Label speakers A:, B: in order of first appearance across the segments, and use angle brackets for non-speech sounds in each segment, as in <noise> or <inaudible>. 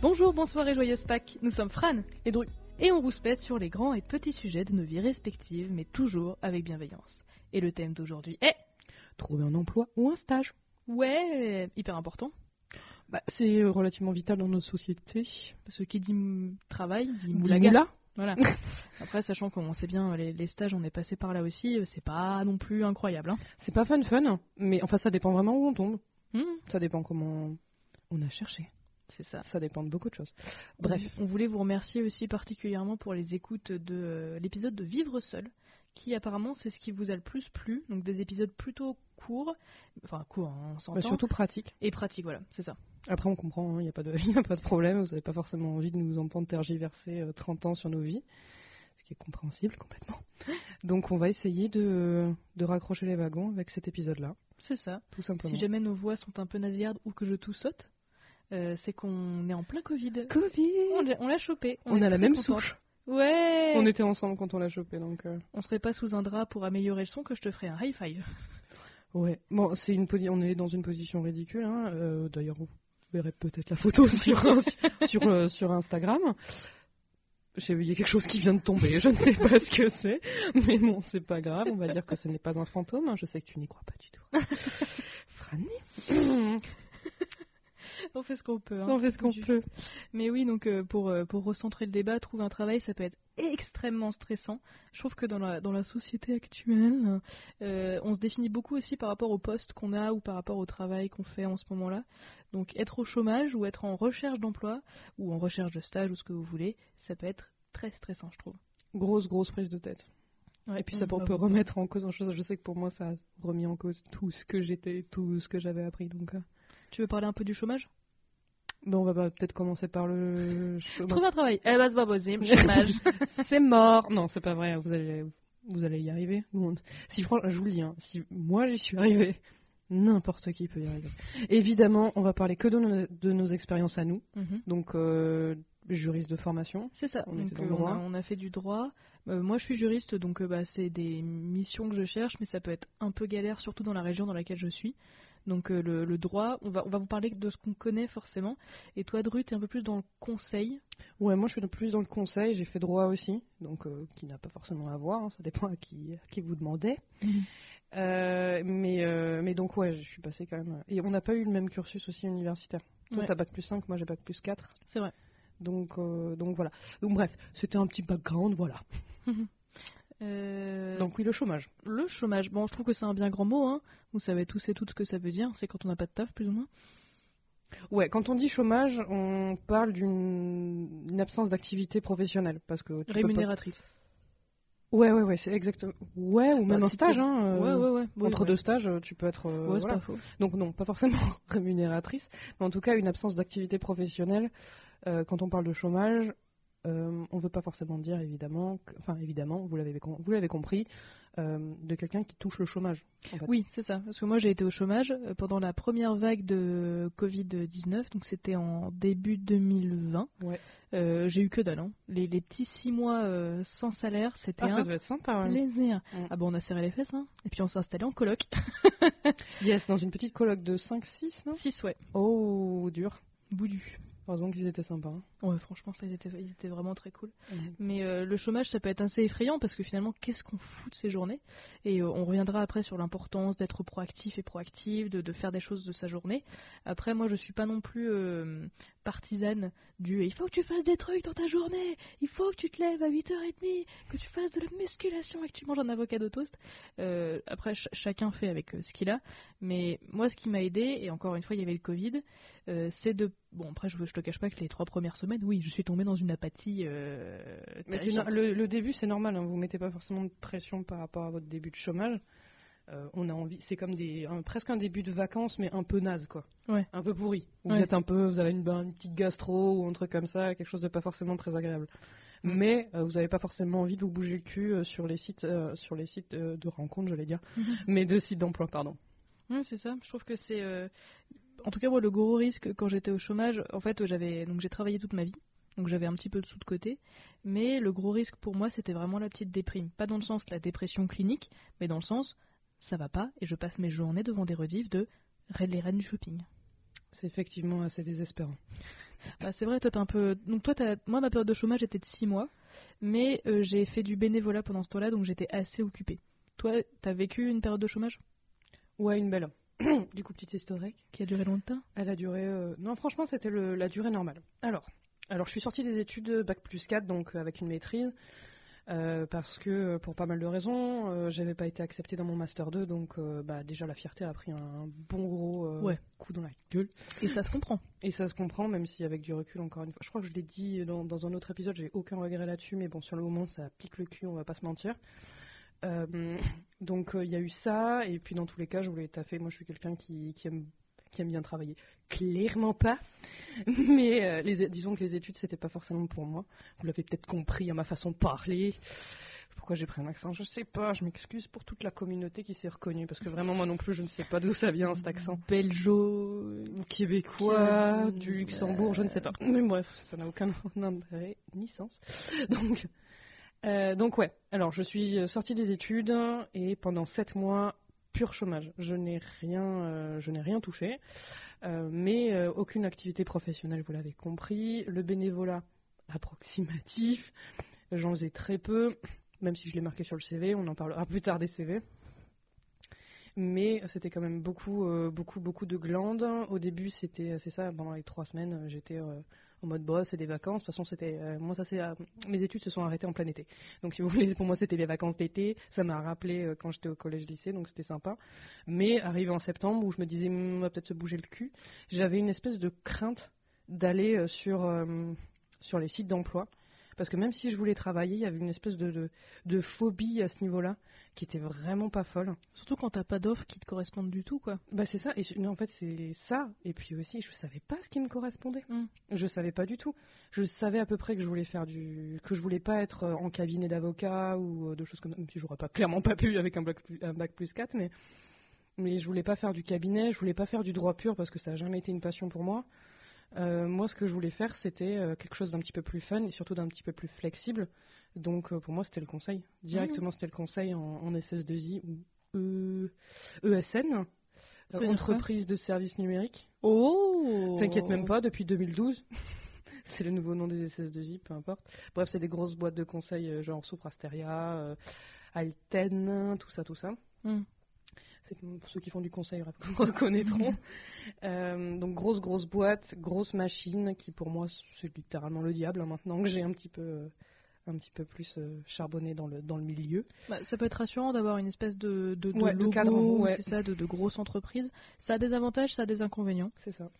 A: Bonjour, bonsoir et joyeuse Pâques. Nous sommes Fran et Dru. Et on rouspète sur les grands et petits sujets de nos vies respectives, mais toujours avec bienveillance. Et le thème d'aujourd'hui est
B: Trouver un emploi ou un stage.
A: Ouais, hyper important.
B: Bah, c'est euh, relativement vital dans notre société.
A: Ce qui dit m- travail dit
B: Dis-nous
A: moulaga.
B: là.
A: Voilà. Après, sachant qu'on sait bien, les, les stages, on est passé par là aussi, euh, c'est pas non plus incroyable. Hein.
B: C'est pas fun fun, mais enfin ça dépend vraiment où on tombe.
A: Hmm,
B: Ça dépend comment on a cherché.
A: c'est ça.
B: Ça dépend de beaucoup de choses. Bref.
A: On, on voulait vous remercier aussi particulièrement pour les écoutes de euh, l'épisode de Vivre seul, qui apparemment c'est ce qui vous a le plus plu. Donc des épisodes plutôt courts, enfin courts, hein, on
B: Bah,
A: s'entend,
B: surtout pratique.
A: et pratiques, voilà, c'est ça.
B: Après, on comprend, hein, il n'y a, pas de- <laughs> y a pas de problème. Vous n'avez pas forcément envie de nous entendre tergiverser euh, 30 ans sur nos vies, ce qui est compréhensible complètement. Donc, on va essayer de, de raccrocher les wagons avec cet épisode-là,
A: C'est ça.
B: tout simplement.
A: Si jamais nos voix sont un peu nasillardes ou que je tout saute, euh, c'est qu'on est en plein Covid. On
B: Covid
A: l'a- on l'a chopé.
B: On,
A: est
B: a
A: très
B: la
A: Eh.
B: même
A: contente.
B: souche.
A: Ouais
B: On était ensemble quand on l'a chopé, donc. euh,
A: On serait pas sous un drap pour améliorer le son que je te ferais un high
B: <laughs>
A: five.
B: Ouais, bon, c'est une posi- on est dans une position ridicule. hein. Euh, D'ailleurs, vous verrez peut-être la photo <laughs> sur, sur, euh, sur Instagram. J'ai il y a quelque chose qui vient de tomber, je ne sais pas ce que c'est, mais bon, c'est pas grave, on va dire que ce n'est pas un fantôme, hein. je sais que tu n'y crois pas du tout. Franny
A: On fait ce qu'on peut. hein.
B: On fait ce qu'on
A: Du-
B: peut.
A: Mais oui, donc euh, pour, euh, pour recentrer le débat, trouver un travail, ça peut être extrêmement stressant. Je trouve que dans la, dans la société actuelle, euh, on se définit beaucoup aussi par rapport au poste qu'on a ou par rapport au travail qu'on fait en ce moment-là. Donc être au chômage ou être en recherche d'emploi ou en recherche de stage ou ce que vous voulez, ça peut être très stressant, je trouve. Mmh, bah
B: Grosse, grosse prise de tête. Et puis
A: Ah,
B: ça peut, peut remettre en cause, je, je sais que pour moi, ça a remis en cause tout ce que j'étais, tout ce que j'avais appris, donc... euh.
A: Tu veux parler un peu du chômage
B: Bon, on va bah, peut-être commencer par le... chômage.
A: Trouver un travail. Eh ben, c'est pas possible, <laughs> chômage.
B: c'est mort. Non, c'est pas vrai. Vous allez, vous allez y arriver. Nous, on- Si fran- je vous le dis, hein, si moi j'y suis arrivée, n'importe qui peut y arriver. Évidemment, on va parler que de nos, de nos expériences à nous.
A: Mhm.
B: Donc, euh, juriste de formation.
A: C'est ça.
B: On
A: Donc,
B: était dans
A: euh,
B: le
A: on,
B: droit.
A: a, on a fait du droit. Euh, moi, je suis juriste, donc euh, bah, c'est des missions que je cherche, mais ça peut être un peu galère, surtout dans la région dans laquelle je suis. Donc, euh, le, le droit, on va, on va vous parler de ce qu'on connaît forcément. Et toi, Dru, t'es un peu plus dans le conseil.
B: Ouais, moi je suis de plus dans le conseil. J'ai fait droit aussi, donc euh, qui n'a pas forcément à voir. hein, ça dépend à qui, à qui vous demandez.
A: Mhm.
B: Euh, mais, euh, mais donc ouais, je suis passée quand même. Et on n'a pas eu le même cursus aussi universitaire. Toi,
A: Ouais.
B: t'as bac plus 5, moi j'ai bac plus 4.
A: C'est vrai.
B: Donc, euh, donc voilà. Donc bref, c'était un petit background, voilà.
A: Euh,
B: Donc oui, le chômage.
A: le chômage, bon, je trouve que c'est un bien grand mot. Hein. Vous savez tous et toutes ce que ça veut dire. C'est quand on n'a pas de taf, plus ou moins.
B: Ouais, quand on dit chômage, on parle d'une une absence d'activité professionnelle parce que tu peux
A: Rémunératrice.
B: pas- Ouais, ouais, ouais, c'est exactement. Ouais, ou même
A: Bah,
B: un
A: si
B: stage.
A: t'es-
B: Hein, euh,
A: ouais, ouais, ouais. Oui,
B: Entre
A: ouais.
B: deux stages, tu peux être. euh,
A: Ouais, c'est
B: voilà.
A: pas faux.
B: Donc non, pas forcément <laughs> rémunératrice, mais en tout cas une absence d'activité professionnelle. Euh, quand on parle de chômage, euh, on ne veut pas forcément dire évidemment, que- enfin évidemment, vous l'avez com- vous l'avez compris, euh, de quelqu'un qui touche le chômage. en fait.
A: Oui, c'est ça. Parce que moi, j'ai été au chômage euh, pendant la première vague de Covid-19, donc c'était en début 2020.
B: Ouais.
A: Euh, j'ai eu que dalle. hein. Les, les petits six mois euh, sans salaire, c'était
B: Ah, ça
A: un
B: devait être sympa. ouais. Ah.
A: plaisir.
B: Mm.
A: Ah bon, on a serré les fesses, hein. Et puis on s'est installé en coloc.
B: Yes, dans une petite colloque de 5-6,
A: <laughs>
B: non
A: Six, ouais.
B: Oh, dur.
A: Boudu.
B: Heureusement qu'ils étaient sympas. hein.
A: Ouais, franchement, ça, ils étaient, ils étaient vraiment très cool. Mais euh, le chômage, ça peut être assez effrayant parce que finalement, qu'est-ce qu'on fout de ces journées Et euh, on reviendra après sur l'importance d'être proactif et proactive, de, de faire des choses de sa journée. Après, moi, je suis pas non plus euh, partisane du il faut que tu fasses des trucs dans ta journée, il faut que tu te lèves à 8h30, que tu fasses de la musculation et que tu manges un avocat de toast. Euh, après, ch- chacun fait avec euh, ce qu'il a. Mais moi, ce qui m'a aidé, et encore une fois, il y avait le Covid, euh, c'est de. Bon, après, je, je te cache pas que les trois premières semaines, oui, je suis tombée dans une apathie. euh,
B: Mais c'est
A: terrifiante.
B: no- le, le début, c'est normal. Hein. Vous mettez pas forcément de pression par rapport à votre début de chômage. Euh, on a envie, c'est comme des, un- presque un début de vacances, mais un peu naze, quoi.
A: Ouais.
B: Un peu pourri. Vous
A: Ouais.
B: êtes un peu, vous avez une, une petite gastro ou un truc comme ça, quelque chose de pas forcément très agréable.
A: Mm.
B: Mais euh, vous n'avez pas forcément envie de vous bouger le cul euh, sur les sites, euh, sur les sites euh, de rencontres, j'allais dire, mais de sites d'emploi, pardon.
A: Ouais, c'est ça. Je trouve que c'est. euh, En tout cas, moi, le gros risque quand j'étais au chômage, en fait, j'avais donc j'ai travaillé toute ma vie, donc j'avais un petit peu de sous de côté. Mais le gros risque pour moi, c'était vraiment la petite déprime. Pas dans le sens la dépression clinique, mais dans le sens ça va pas et je passe mes journées devant des redifs de Red les reines du shopping.
B: C'est effectivement assez désespérant.
A: Bah, c'est vrai, toi, t'es un peu. Donc, toi, t'as- moi, ma période de chômage était de 6 mois, mais euh, j'ai fait du bénévolat pendant ce temps-là, donc j'étais assez occupée. Toi, t'as vécu une période de chômage
B: Ouais, une belle. <coughs> du coup, petite historique.
A: qui a duré longtemps
B: Elle a duré. euh, Non, franchement, c'était le- la durée normale. Alors, alors, je suis sortie des études bac plus 4, donc euh, avec une maîtrise, euh, parce que euh, pour pas mal de raisons, euh, j'avais pas été acceptée dans mon master 2, donc euh, bah, déjà la fierté a pris un bon gros euh,
A: Ouais.
B: coup dans la gueule.
A: Et ça se comprend.
B: Et ça se comprend, même si avec du recul, encore une fois. Je crois que je l'ai dit dans, dans un autre épisode, j'ai aucun regret là-dessus, mais bon, sur le moment, ça pique le cul, on va pas se mentir. Euh, donc, euh, il y a eu ça, et puis dans tous les cas, je voulais taffer. Moi, je suis quelqu'un qui, qui aime, qui aime bien travailler. Clairement pas. <laughs> Mais euh, les, disons que les études, c'était pas forcément pour moi. Vous l'avez peut-être compris à ma façon de parler. Pourquoi j'ai pris un accent Je sais pas, je m'excuse pour toute la communauté qui s'est reconnue, parce que vraiment, moi non plus, je ne sais pas d'où ça vient cet accent
A: Belgeo.
B: québécois,
A: Euh,
B: du Luxembourg, je ne sais pas. Mais bref, ça n'a aucun <laughs> intérêt ni sens. Donc, euh, donc ouais. Alors, je suis euh, sortie des études et pendant sept mois, pur chômage. Je n'ai rien, euh, je n'ai rien touché, Euh, mais euh, aucune activité professionnelle, vous l'avez compris. Le bénévolat approximatif, j'en faisais très peu, même si je l'ai marqué sur le CV. On en parlera plus tard des CV mais c'était quand même beaucoup, euh, beaucoup, beaucoup de glandes. Au début, c'était, euh, c'est ça, pendant les trois semaines, euh, j'étais euh, en mode boss et des vacances. De toute façon, c'était, euh, moi, ça c'est, euh, mes études se sont arrêtées en plein été. Donc, si vous voulez, pour moi, c'était les vacances d'été. Ça m'a rappelé euh, quand j'étais au collège-lycée, donc c'était sympa. Mais arrivé en septembre, où je me disais, Hmm, on va peut-être se bouger le cul, j'avais une espèce de crainte d'aller euh, sur, euh, sur les sites d'emploi. Parce que même si je voulais travailler, il y avait une espèce de, de, de phobie à ce niveau-là qui était vraiment pas folle.
A: Surtout quand t'as pas d'offres qui te correspondent du tout, quoi.
B: Bah c'est ça, et je- non, en fait c'est ça, et puis aussi je savais pas ce qui me correspondait,
A: Mm.
B: je savais pas du tout, je savais à peu près que je voulais faire du, que je voulais pas être euh, en cabinet d'avocat ou euh, de choses comme ça, même si j'aurais pas clairement pas pu avec un bac, plus- un bac plus 4, mais, mais je voulais pas faire du cabinet, je voulais pas faire du droit pur parce que ça a jamais été une passion pour moi, Euh, moi ce que je voulais faire c'était euh, quelque chose d'un petit peu plus fun et surtout d'un petit peu plus flexible, donc euh, pour moi c'était le conseil, directement c'était le conseil en, en SS2I ou E- ESN,
A: Ça veut dire quoi
B: entreprise de services numériques.
A: Oh
B: T'inquiète même pas, depuis 2012. <laughs> c'est le nouveau nom des SS2I, peu importe. Bref, c'est des grosses boîtes de conseil, euh, genre Soprasteria, euh, Alten, tout ça, tout ça.
A: Hmm.
B: C'est pour ceux qui font du conseil <laughs> reconnaîtront. Euh, donc grosse grosse boîte, grosse machine qui pour moi c'est littéralement le diable hein, maintenant que j'ai un petit peu euh, un petit peu plus euh, charbonné dans le dans le milieu.
A: Bah, ça peut être rassurant d'avoir une espèce de, de, de
B: Ouais, de
A: logo,
B: cadre,
A: ou
B: ouais.
A: c'est ça, de, de grosse entreprise. Ça a des avantages, ça a des inconvénients.
B: C'est ça.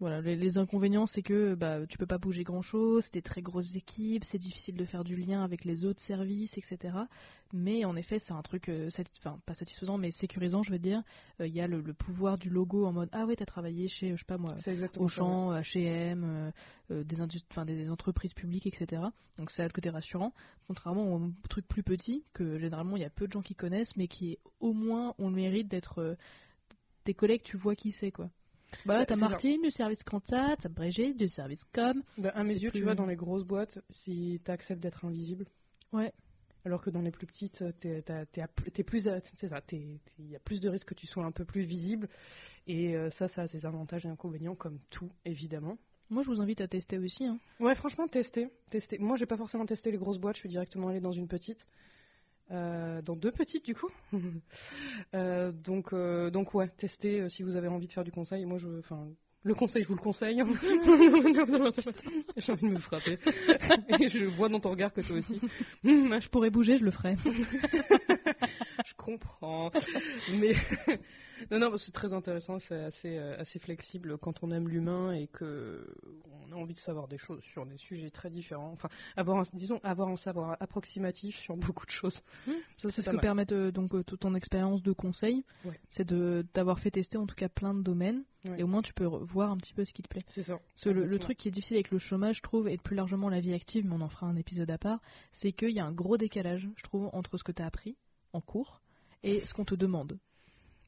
A: Voilà, les, les inconvénients, c'est que bah, tu peux pas bouger grand-chose, c'est des très grosses équipes, c'est difficile de faire du lien avec les autres services, etc. Mais en effet, c'est un truc, euh, sat- enfin pas satisfaisant, mais sécurisant, je veux dire. Euh, Il y a le, le pouvoir du logo en mode ah ouais, t'as travaillé chez, je sais pas moi,
B: C'est exactement ça, ouais.
A: Auchan, H&M, euh, euh, des, indus- enfin, des des entreprises publiques, etc. Donc ça a le côté rassurant, contrairement au truc plus petit que généralement il y a peu de gens qui connaissent, mais qui est au moins on le mérite d'être euh, tes collègues, tu vois qui c'est quoi. Bah là
B: Bah,
A: t'as
B: c'est ça.
A: Martine du service Cantat, t'as Brigitte du service Com.
B: Bah, à mes
A: C'est
B: yeux,
A: plus-
B: tu vois, dans les grosses boîtes, si t'acceptes d'être invisible.
A: Ouais.
B: Alors que dans les plus petites, t'es, t'as- t'es à pl- t'es plus, à- c'est ça, t'es- t'es- il y a plus de risques que tu sois un peu plus visible. Et euh, ça, ça a ses avantages et inconvénients, comme tout, évidemment.
A: Moi je vous invite à tester aussi. hein.
B: Ouais, franchement, tester, tester. Moi, j'ai pas forcément testé les grosses boîtes. Je suis directement allée dans une petite, Euh, dans deux petites du coup. <laughs> Euh, donc, euh, donc ouais, tester euh, si vous avez envie de faire du conseil. Moi, je, enfin, le conseil, je vous le conseille. j'ai envie de me frapper. <laughs> Et je vois dans ton regard que toi aussi. <laughs> Hum,
A: Je pourrais bouger, je le
B: <laughs>
A: ferais.
B: je comprends. <laughs> Mais non, non, c'est très intéressant, c'est assez, euh, assez flexible quand on aime l'humain et que on a envie de savoir des choses sur des sujets très différents. Enfin, avoir un, disons avoir un savoir approximatif sur beaucoup de choses.
A: Hmm, C'est
B: Ça,
A: ce
B: pas
A: que
B: mal.
A: permet euh, donc euh, toute ton expérience de conseil,
B: Ouais.
A: c'est de d'avoir fait tester en tout cas plein de domaines
B: Ouais.
A: et au moins tu peux re- voir un petit peu ce qui te plaît.
B: C'est ça.
A: Parce que le, le
B: Exactement.
A: truc qui est difficile avec le chômage, je trouve, et plus largement la vie active, mais on en fera un épisode à part, c'est qu'il y a un gros décalage, je trouve, entre ce que tu as appris en cours et ce qu'on te demande.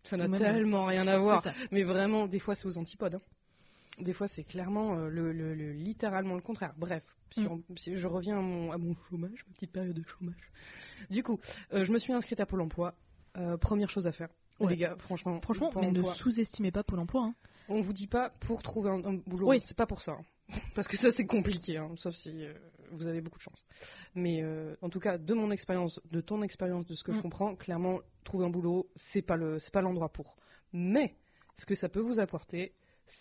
B: Ça n'a
A: Moi, je-
B: tellement rien à voir.
A: C'est ça.
B: Mais vraiment, des fois, c'est aux antipodes. hein. Des fois, c'est clairement euh, le, le- le- littéralement le contraire. Bref, si,
A: Mm.
B: on- si je reviens à mon, à mon chômage, ma petite période de chômage. Du coup, euh, je me suis inscrite à Pôle emploi. Euh, première chose à faire.
A: Ouais.
B: Les gars, franchement,
A: Franchement,
B: Pôle
A: mais ne
B: emploi,
A: sous-estimez pas Pôle emploi. hein.
B: on vous dit pas pour trouver un, un boulot.
A: Oui.
B: C'est pas pour ça. hein. <laughs> Parce que ça, c'est compliqué, hein, sauf si euh, vous avez beaucoup de chance. Mais euh, en tout cas, de mon expérience, de ton expérience, de ce que je
A: Mm.
B: comprends, clairement, trouver un boulot, c'est pas le, c'est pas l'endroit pour. Mais ce que ça peut vous apporter,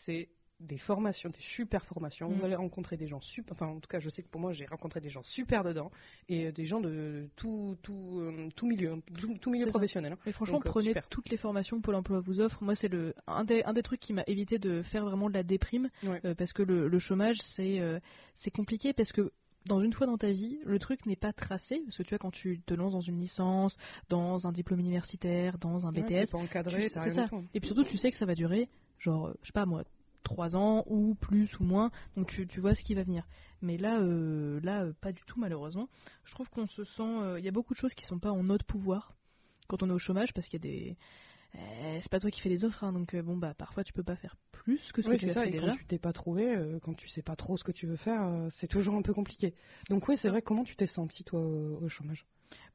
B: c'est des formations, des super formations.
A: Mm.
B: Vous allez rencontrer des gens super. Enfin, en tout cas, je sais que pour moi, j'ai rencontré des gens super dedans et euh, des gens de, tout, tout, euh, tout milieu, hein, tout, tout milieu
A: C'est ça.
B: professionnel. hein.
A: Mais franchement,
B: Donc, euh,
A: prenez
B: super.
A: toutes les formations que Pôle emploi vous offre. Moi, c'est le un des, un des trucs qui m'a évité de faire vraiment de la déprime
B: Ouais.
A: euh, parce que le, le chômage, c'est euh, c'est compliqué parce que dans une fois dans ta vie, le truc n'est pas tracé parce que tu vois quand tu te lances dans une licence, dans un diplôme universitaire, dans un
B: Ouais,
A: BTS,
B: t'es pas encadré,
A: tu-
B: t'as
A: c'est
B: rien
A: ça.
B: du tout.
A: et puis surtout, tu sais que ça va durer, genre, euh, je sais pas moi, 3 ans ou plus ou moins. Donc tu, tu vois ce qui va venir. Mais là, euh, là euh, pas du tout, malheureusement. Je trouve qu'on se sent. euh, Il y a beaucoup de choses qui sont pas en notre pouvoir quand on est au chômage parce qu'il y a des. euh, c'est pas toi qui fais les offres, hein, donc euh, bon, bah parfois tu peux pas faire plus que ce
B: Oui,
A: que tu
B: c'est
A: as
B: ça,
A: fait
B: et
A: déjà.
B: quand tu t'es pas trouvé, euh, quand tu sais pas trop ce que tu veux faire, euh, c'est toujours un peu compliqué. Donc oui, c'est vrai, comment tu t'es senti toi au, au chômage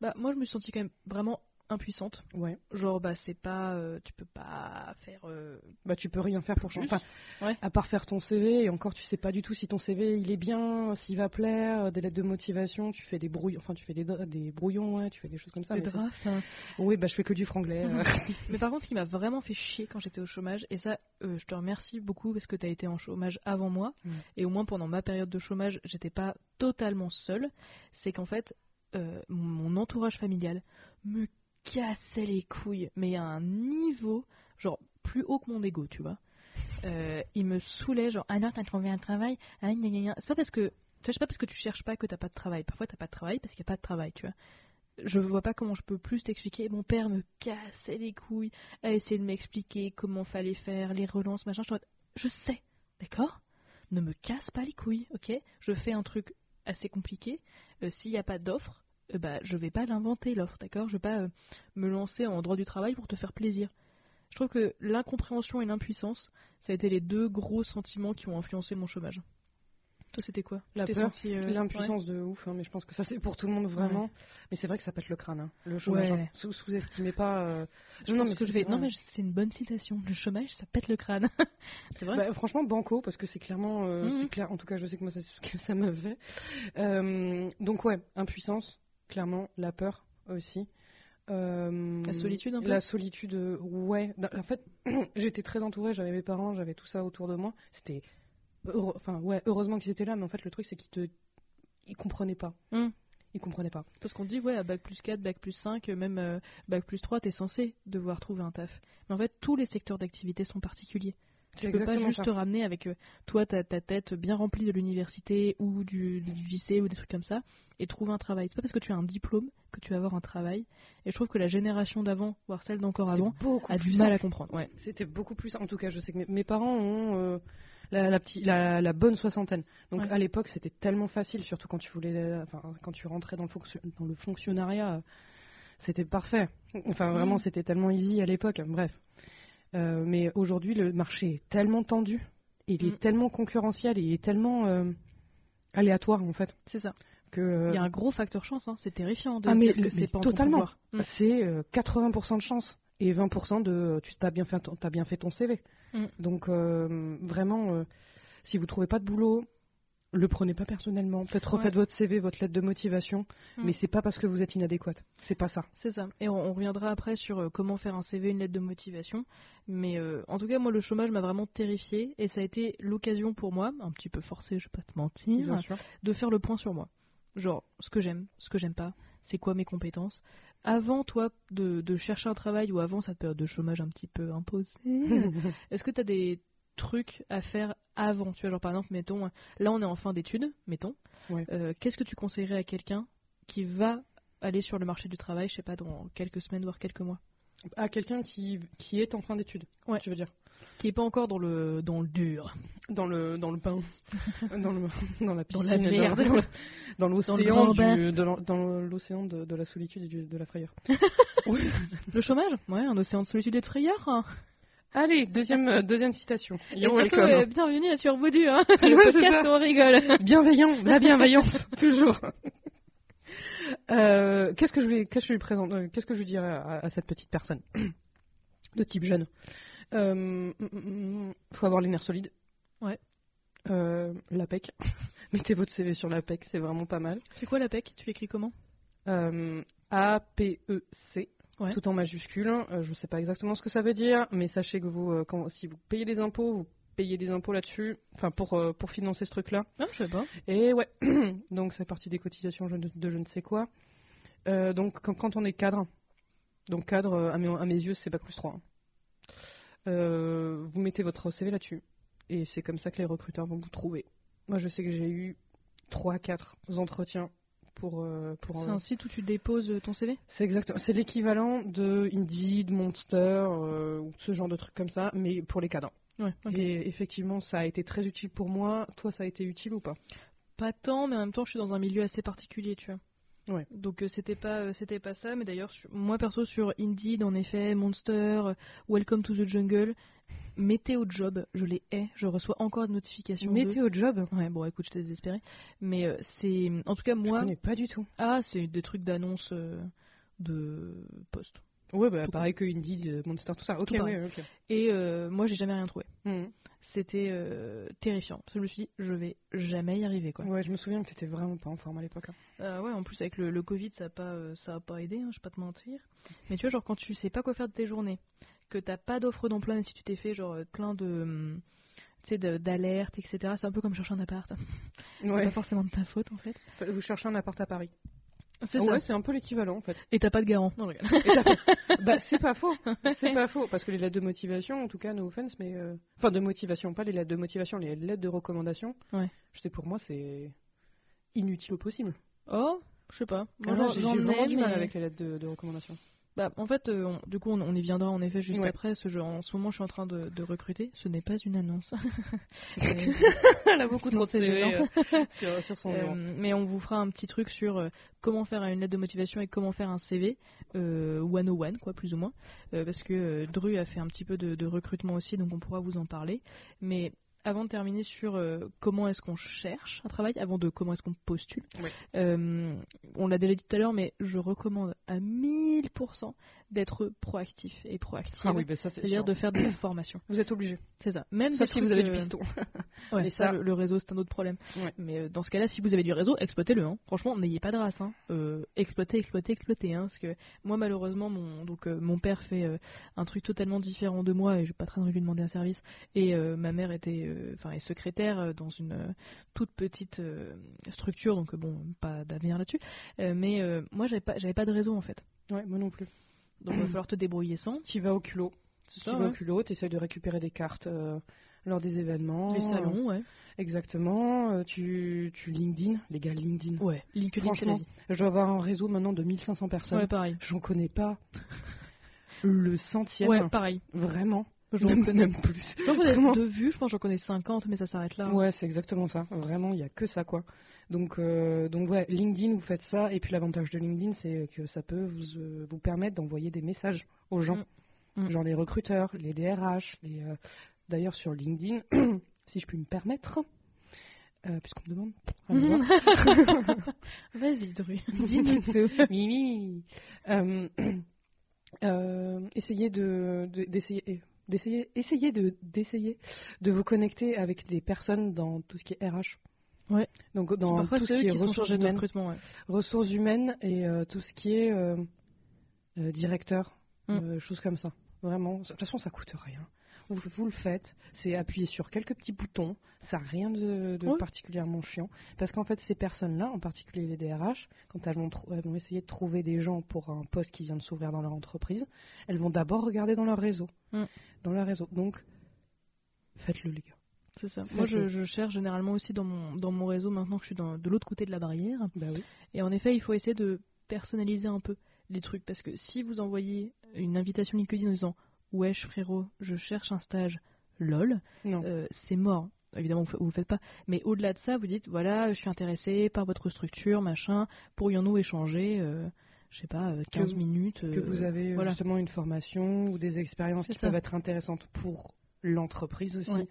A: Bah, moi, je me suis sentie quand même vraiment impuissante.
B: Ouais.
A: Genre, bah c'est pas. euh, tu peux pas faire. euh,
B: Bah tu peux rien faire pour changer.
A: Plus.
B: Enfin,
A: Ouais.
B: à part faire ton CV, et encore tu sais pas du tout si ton CV il est bien, s'il va plaire, euh, des lettres de motivation, tu fais des brouillons, enfin tu fais des, dra- des brouillons, ouais, tu fais des choses comme ça.
A: des
B: Ah, mais
A: drafts, hein.
B: c'est- Oui, bah je fais que
A: <laughs>
B: du franglais. euh.
A: Mais par contre, ce qui m'a vraiment fait chier quand j'étais au chômage, et ça, euh, je te remercie beaucoup parce que t'as été en chômage avant moi,
B: Ouais.
A: et au moins pendant ma période de chômage, j'étais pas totalement seule, c'est qu'en fait, euh, mon entourage familial me cassait les couilles, mais à un niveau, genre, plus haut que mon ego, tu vois. Euh, il me saoulait, genre, ah non, t'as trouvé un travail, ah, gna, gna, gna. C'est pas parce que, tu sais, c'est pas parce que tu cherches pas que t'as pas de travail. Parfois, t'as pas de travail parce qu'il y a pas de travail, tu vois je vois pas comment je peux plus t'expliquer. Mon père me cassait les couilles à essayer de m'expliquer comment fallait faire, les relances, machin. Je, suis en mode, je sais, d'accord Ne me casse pas les couilles, ok Je fais un truc assez compliqué. Euh, S'il n'y a pas d'offre, euh, bah, je vais pas l'inventer l'offre, d'accord Je vais pas euh, me lancer en droit du travail pour te faire plaisir. Je trouve que l'incompréhension et l'impuissance, ça a été les deux gros sentiments qui ont influencé mon chômage. Toi, c'était quoi
B: La
A: T'es
B: peur,
A: sentie, euh,
B: L'impuissance de ouf, hein, mais je pense que ça c'est pour tout le monde vraiment. Mais c'est vrai que ça pète le crâne, hein, le chômage.
A: Ouais.
B: hein. Sous- Sous-estimez pas. euh,
A: Je
B: non,
A: pense
B: mais
A: que
B: c'est-
A: je vais.
B: c'est
A: Non,
B: vrai.
A: mais je- c'est une bonne citation. Le chômage, ça pète le crâne. <laughs> c'est vrai.
B: Bah, franchement, banco, parce que c'est clairement. euh,
A: Mhm.
B: c'est clair, en tout cas, je sais que moi, c'est ce que ça <laughs> m'a fait. Euh, donc, ouais, impuissance, clairement, la peur aussi. Euh,
A: La solitude, un peu
B: La solitude, euh, ouais. Non, En fait, <clears throat> j'étais très entourée, j'avais mes parents, j'avais tout ça autour de moi. C'était. heureux- Enfin, ouais, heureusement qu'ils étaient là, mais en fait, le truc, c'est qu'ils te. Ils comprenaient pas.
A: Mhm.
B: Ils comprenaient pas.
A: Parce qu'on dit, ouais, à bac plus 4, bac plus 5, euh, même euh, bac plus 3, t'es censé devoir trouver un taf. Mais en fait, tous les secteurs d'activité sont particuliers.
B: C'est
A: Tu peux pas
B: exactement
A: juste
B: ça.
A: te ramener avec euh, toi, ta, ta tête bien remplie de l'université ou du, du lycée ou des trucs comme ça et trouver un travail. C'est pas parce que tu as un diplôme que tu vas avoir un travail. Et je trouve que la génération d'avant, voire celle d'encore
B: C'était
A: avant,
B: beaucoup
A: a du
B: plus
A: mal à comprendre. Ouais.
B: C'était beaucoup plus. En tout cas, je sais que mes, mes parents ont euh, la, la, petite- la, la bonne soixantaine. Donc
A: Ouais.
B: à l'époque, c'était tellement facile, surtout quand tu voulais, euh, enfin, quand tu rentrais dans le, fonction- dans le fonctionnariat, euh, c'était parfait. Enfin, vraiment,
A: Mhm.
B: c'était tellement easy à l'époque. Bref. Euh, mais aujourd'hui, le marché est tellement tendu, et il est
A: Mhm.
B: tellement concurrentiel, et il est tellement euh, aléatoire en fait
A: C'est ça.
B: que
A: Il
B: euh,
A: y a un gros facteur chance. hein. C'est terrifiant de
B: Ah,
A: se
B: mais
A: dire
B: le-
A: que
B: mais
A: c'est pas en ton
B: totalement.
A: pouvoir. Mm.
B: c'est euh, 80% de chance et 20% de euh, tu t'as bien fait ton, t'as bien fait ton CV.
A: Mm.
B: Donc euh, vraiment, euh, si vous trouvez pas de boulot, le prenez pas personnellement. Peut-être
A: Ouais.
B: refaites votre CV, votre lettre de motivation,
A: Mm.
B: mais c'est pas parce que vous êtes inadéquate. C'est pas ça.
A: C'est ça. Et on, on reviendra après sur euh, comment faire un CV, une lettre de motivation. Mais euh, en tout cas, moi, le chômage m'a vraiment terrifiée et ça a été l'occasion pour moi, un petit peu forcée, je vais pas te mentir,
B: sûr.
A: de faire le point sur moi. Genre, ce que j'aime, ce que j'aime pas, c'est quoi mes compétences. Avant, toi, de, de chercher un travail ou avant cette période de chômage un petit peu imposée, est-ce que tu as des trucs à faire avant Tu vois, genre par exemple, mettons, là on est en fin d'études, mettons.
B: Ouais.
A: Euh, Qu'est-ce que tu conseillerais à quelqu'un qui va aller sur le marché du travail, je sais pas, dans quelques semaines, voire quelques mois
B: <laughs> à quelqu'un qui, qui est en fin d'études.
A: Ouais.
B: Tu veux dire
A: Qui est pas encore dans le, dans le dur,
B: dans le dans le <laughs> pain, dans le dans
A: Dans
B: la piscine,
A: la merde.
B: dans- dans
A: grand
B: l'océan
A: bain.
B: du- de l'en- dans l'océan de, de la solitude et du- de la frayeur.
A: le chômage Ouais, un océan de solitude et de frayeur. hein.
B: Allez, deuxième, euh, deuxième citation.
A: Et
B: You're
A: surtout,
B: welcome.
A: euh, bienvenue à Sur Baudu, <laughs> hein,
B: Ouais,
A: le
B: c'est
A: podcast
B: ça.
A: où on rigole.
B: Bienveillant, la bienveillance,
A: <laughs>
B: toujours. Euh, qu'est-ce que je lui, qu'est-ce que je lui présente, euh, qu'est-ce que je lui dirais à, à cette petite personne <clears throat> de type jeune Euh, mm, mm, mm, Faut avoir les nerfs solides.
A: Ouais.
B: euh, l'APEC. <laughs> Mettez votre CV sur l'APEC, c'est vraiment pas mal.
A: C'est quoi la PEC Tu l'écris comment
B: Euh, A-P-E-C,
A: Ouais.
B: tout en majuscule. Euh, je ne sais pas exactement ce que ça veut dire, mais sachez que vous, euh, quand, si vous payez des impôts, vous payez des impôts là-dessus, enfin pour, euh, pour financer ce truc-là.
A: Non, Ah, je sais pas.
B: Et ouais, <clears throat> donc c'est parti des cotisations je ne- de je ne sais quoi. Euh, donc quand, quand on est cadre, donc cadre, euh, à mes, à mes yeux, c'est Bac plus 3. hein. Euh, vous mettez votre CV là-dessus. Et c'est comme ça que les recruteurs vont vous trouver. Moi, je sais que j'ai eu 3-4 entretiens pour... euh, pour
A: C'est un site où tu déposes euh, ton CV
B: c'est exactement. C'est l'équivalent de Indeed, Monster, euh, ou ce genre de trucs comme ça, mais pour les cadres.
A: Ouais.
B: Et effectivement, ça a été très utile pour moi. Toi, ça a été utile ou pas
A: Pas tant, mais en même temps, je suis dans un milieu assez particulier, tu vois.
B: Ouais.
A: Donc euh, c'était pas euh, c'était pas ça, mais d'ailleurs sur- moi perso sur Indeed en effet, Monster, euh, Welcome to the Jungle, Météo Job, je les hais, je reçois encore des notifications. d'eux.
B: Météo job
A: Ouais bon écoute j'étais désespérée, mais euh, c'est en tout cas moi
B: Je connais pas du tout.
A: ah c'est des trucs d'annonce euh, de poste
B: Ouais, bah
A: Tout
B: pareil que Indeed, euh, Monster, tout ça. Ok,
A: pareil.
B: ouais, ok.
A: et euh, moi j'ai jamais rien trouvé.
B: Mhm.
A: C'était euh, terrifiant. Parce que je me suis dit je vais jamais y arriver quoi.
B: Ouais, je me souviens que t'étais vraiment pas en forme à l'époque. hein.
A: Euh, ouais, en plus avec le, le Covid, ça a pas, euh, ça a pas aidé, hein, je vais pas te mentir. Mais tu vois, genre quand tu sais pas quoi faire de tes journées, que t'as pas d'offre d'emploi, même si tu t'es fait genre euh, plein de, hum, tu sais, de- d'alertes, etc. C'est un peu comme chercher un appart. C'est
B: Ouais.
A: pas forcément de ta faute en fait.
B: Vous cherchez un appart à Paris.
A: C'est
B: ouais,
A: ça.
B: Ah, c'est un peu l'équivalent en
A: <laughs>
B: fait.
A: Et t'as pas de garant. Non, je rigole.
B: Et t'as fait- bah, c'est pas faux. C'est pas faux. Parce que les lettres de motivation, en tout cas, no offense, mais. euh, Enfin, de motivation, pas les lettres de motivation, les lettres de recommandation.
A: Ouais.
B: Je sais, pour moi, c'est inutile au possible.
A: Oh, je sais pas. Moi,
B: Ah non,
A: j'en-
B: j'ai
A: j'en
B: j'ai vraiment
A: ai,
B: du mal
A: mais-
B: avec les lettres de, de recommandation.
A: Bah, en fait, euh, on- du coup, on, on y viendra en effet juste
B: Ouais.
A: après. Parce que je- en ce moment, je suis en train de, de recruter. Ce n'est pas une annonce.
B: Elle a beaucoup
A: trop de CV,
B: <laughs> sur, sur son
A: Euh,
B: bureau.
A: mais on vous fera un petit truc sur euh, comment faire une lettre de motivation et comment faire un CV euh, 101, quoi, plus ou moins. Euh, parce que euh, Dru a fait un petit peu de, de recrutement aussi, donc on pourra vous en parler. Mais avant de terminer sur euh, comment est-ce qu'on cherche un travail, avant de comment est-ce qu'on postule,
B: Ouais.
A: euh, on l'a déjà dit tout à l'heure, mais je recommande à 1000% d'être proactif et proactif.
B: Ah oui, bah ça, c'est
A: C'est-à-dire
B: sûr.
A: de faire de la formation.
B: Vous êtes obligé.
A: C'est ça. Même
B: Sauf
A: des
B: si vous
A: trucs,
B: avez du
A: euh,
B: piston.
A: Ouais,
B: Mais
A: ça,
B: ça-
A: le, le réseau, c'est un autre problème.
B: Ouais.
A: Mais euh, dans ce cas-là, si vous avez du réseau, exploitez-le. hein. Franchement, n'ayez pas de race. Hein. Euh, exploitez, exploitez, exploitez. Hein, parce que moi, malheureusement, mon, donc, euh, mon père fait euh, un truc totalement différent de moi et je n'ai pas très envie de lui demander un service. Et euh, ma mère était, euh, enfin, est secrétaire euh, dans une euh, toute petite euh, structure, donc euh, bon, pas d'avenir là-dessus. Euh, mais euh, moi, j'avais pas, j'avais pas de réseau en fait.
B: Ouais, moi non plus.
A: Donc, il va falloir te débrouiller sans.
B: Tu vas au culot.
A: C'est
B: Tu
A: ça,
B: vas
A: Ah ouais.
B: au culot, tu essaies de récupérer des cartes euh, lors des événements.
A: Les salons, ouais.
B: Exactement. euh, tu, tu LinkedIn, les gars, LinkedIn.
A: Ouais, LinkedIn, c'est la
B: Franchement,
A: vie.
B: je dois avoir un réseau maintenant de 1500 personnes.
A: Ouais, pareil.
B: J'en connais pas le centième.
A: Ouais, pareil.
B: Vraiment.
A: Je
B: J'en connais même plus.
A: Je pense que vous
B: Vraiment.
A: avez deux vues, je pense que j'en connais 50, mais ça s'arrête là. hein.
B: Ouais, c'est exactement ça. Vraiment, il n'y a que ça, quoi. Donc, euh, donc ouais, LinkedIn, vous faites ça. Et puis l'avantage de LinkedIn, c'est que ça peut vous, euh, vous permettre d'envoyer des messages aux gens.
A: Mm. Mm.
B: Genre les recruteurs, les DRH. Les, euh, D'ailleurs, sur LinkedIn, <clears throat> si je puis me permettre, euh, puisqu'on me demande.
A: Mm-hmm.
B: allez voir.
A: <laughs> Vas-y, <laughs> Dru.
B: <laughs> Mi, mi, mi. Euh, <clears throat> euh, essayez de de- d'essayer eh, d'essayer essayez de d'essayer de vous connecter avec des personnes dans tout ce qui est RH.
A: Ouais.
B: Donc dans
A: Parfois,
B: tout ce
A: c'est eux
B: qui est
A: qui sont
B: ressources
A: chargés de
B: humaines,
A: recrutement. ouais.
B: ressources humaines et euh, tout ce qui est euh, euh, directeur,
A: Mm.
B: euh, choses comme ça. Vraiment, de toute façon, ça coûte rien. Vous, vous le faites, c'est appuyer sur quelques petits boutons, ça n'a rien de, de
A: Ouais.
B: particulièrement chiant. Parce qu'en fait, ces personnes-là, en particulier les DRH, quand elles vont, trou- elles vont essayer de trouver des gens pour un poste qui vient de s'ouvrir dans leur entreprise, elles vont d'abord regarder dans leur réseau.
A: Mm.
B: Dans leur réseau. Donc, faites-le, les gars.
A: C'est ça.
B: Faites-le.
A: Moi, je, je cherche généralement aussi dans mon, dans mon réseau, maintenant que je suis dans- de l'autre côté de la barrière.
B: Bah oui.
A: Et en effet, il faut essayer de personnaliser un peu les trucs. Parce que si vous envoyez une invitation LinkedIn en disant Wesh, frérot, je cherche un stage, lol,
B: Non.
A: euh, c'est mort. Évidemment, vous ne le faites pas. Mais au-delà de ça, vous dites voilà, je suis intéressé par votre structure, machin, pourrions-nous échanger, euh, je sais pas, euh, 15
B: vous-
A: minutes
B: que
A: euh,
B: vous avez euh,
A: voilà.
B: justement une formation ou des expériences
A: C'est
B: qui
A: ça.
B: peuvent être intéressantes pour l'entreprise aussi.
A: Ouais.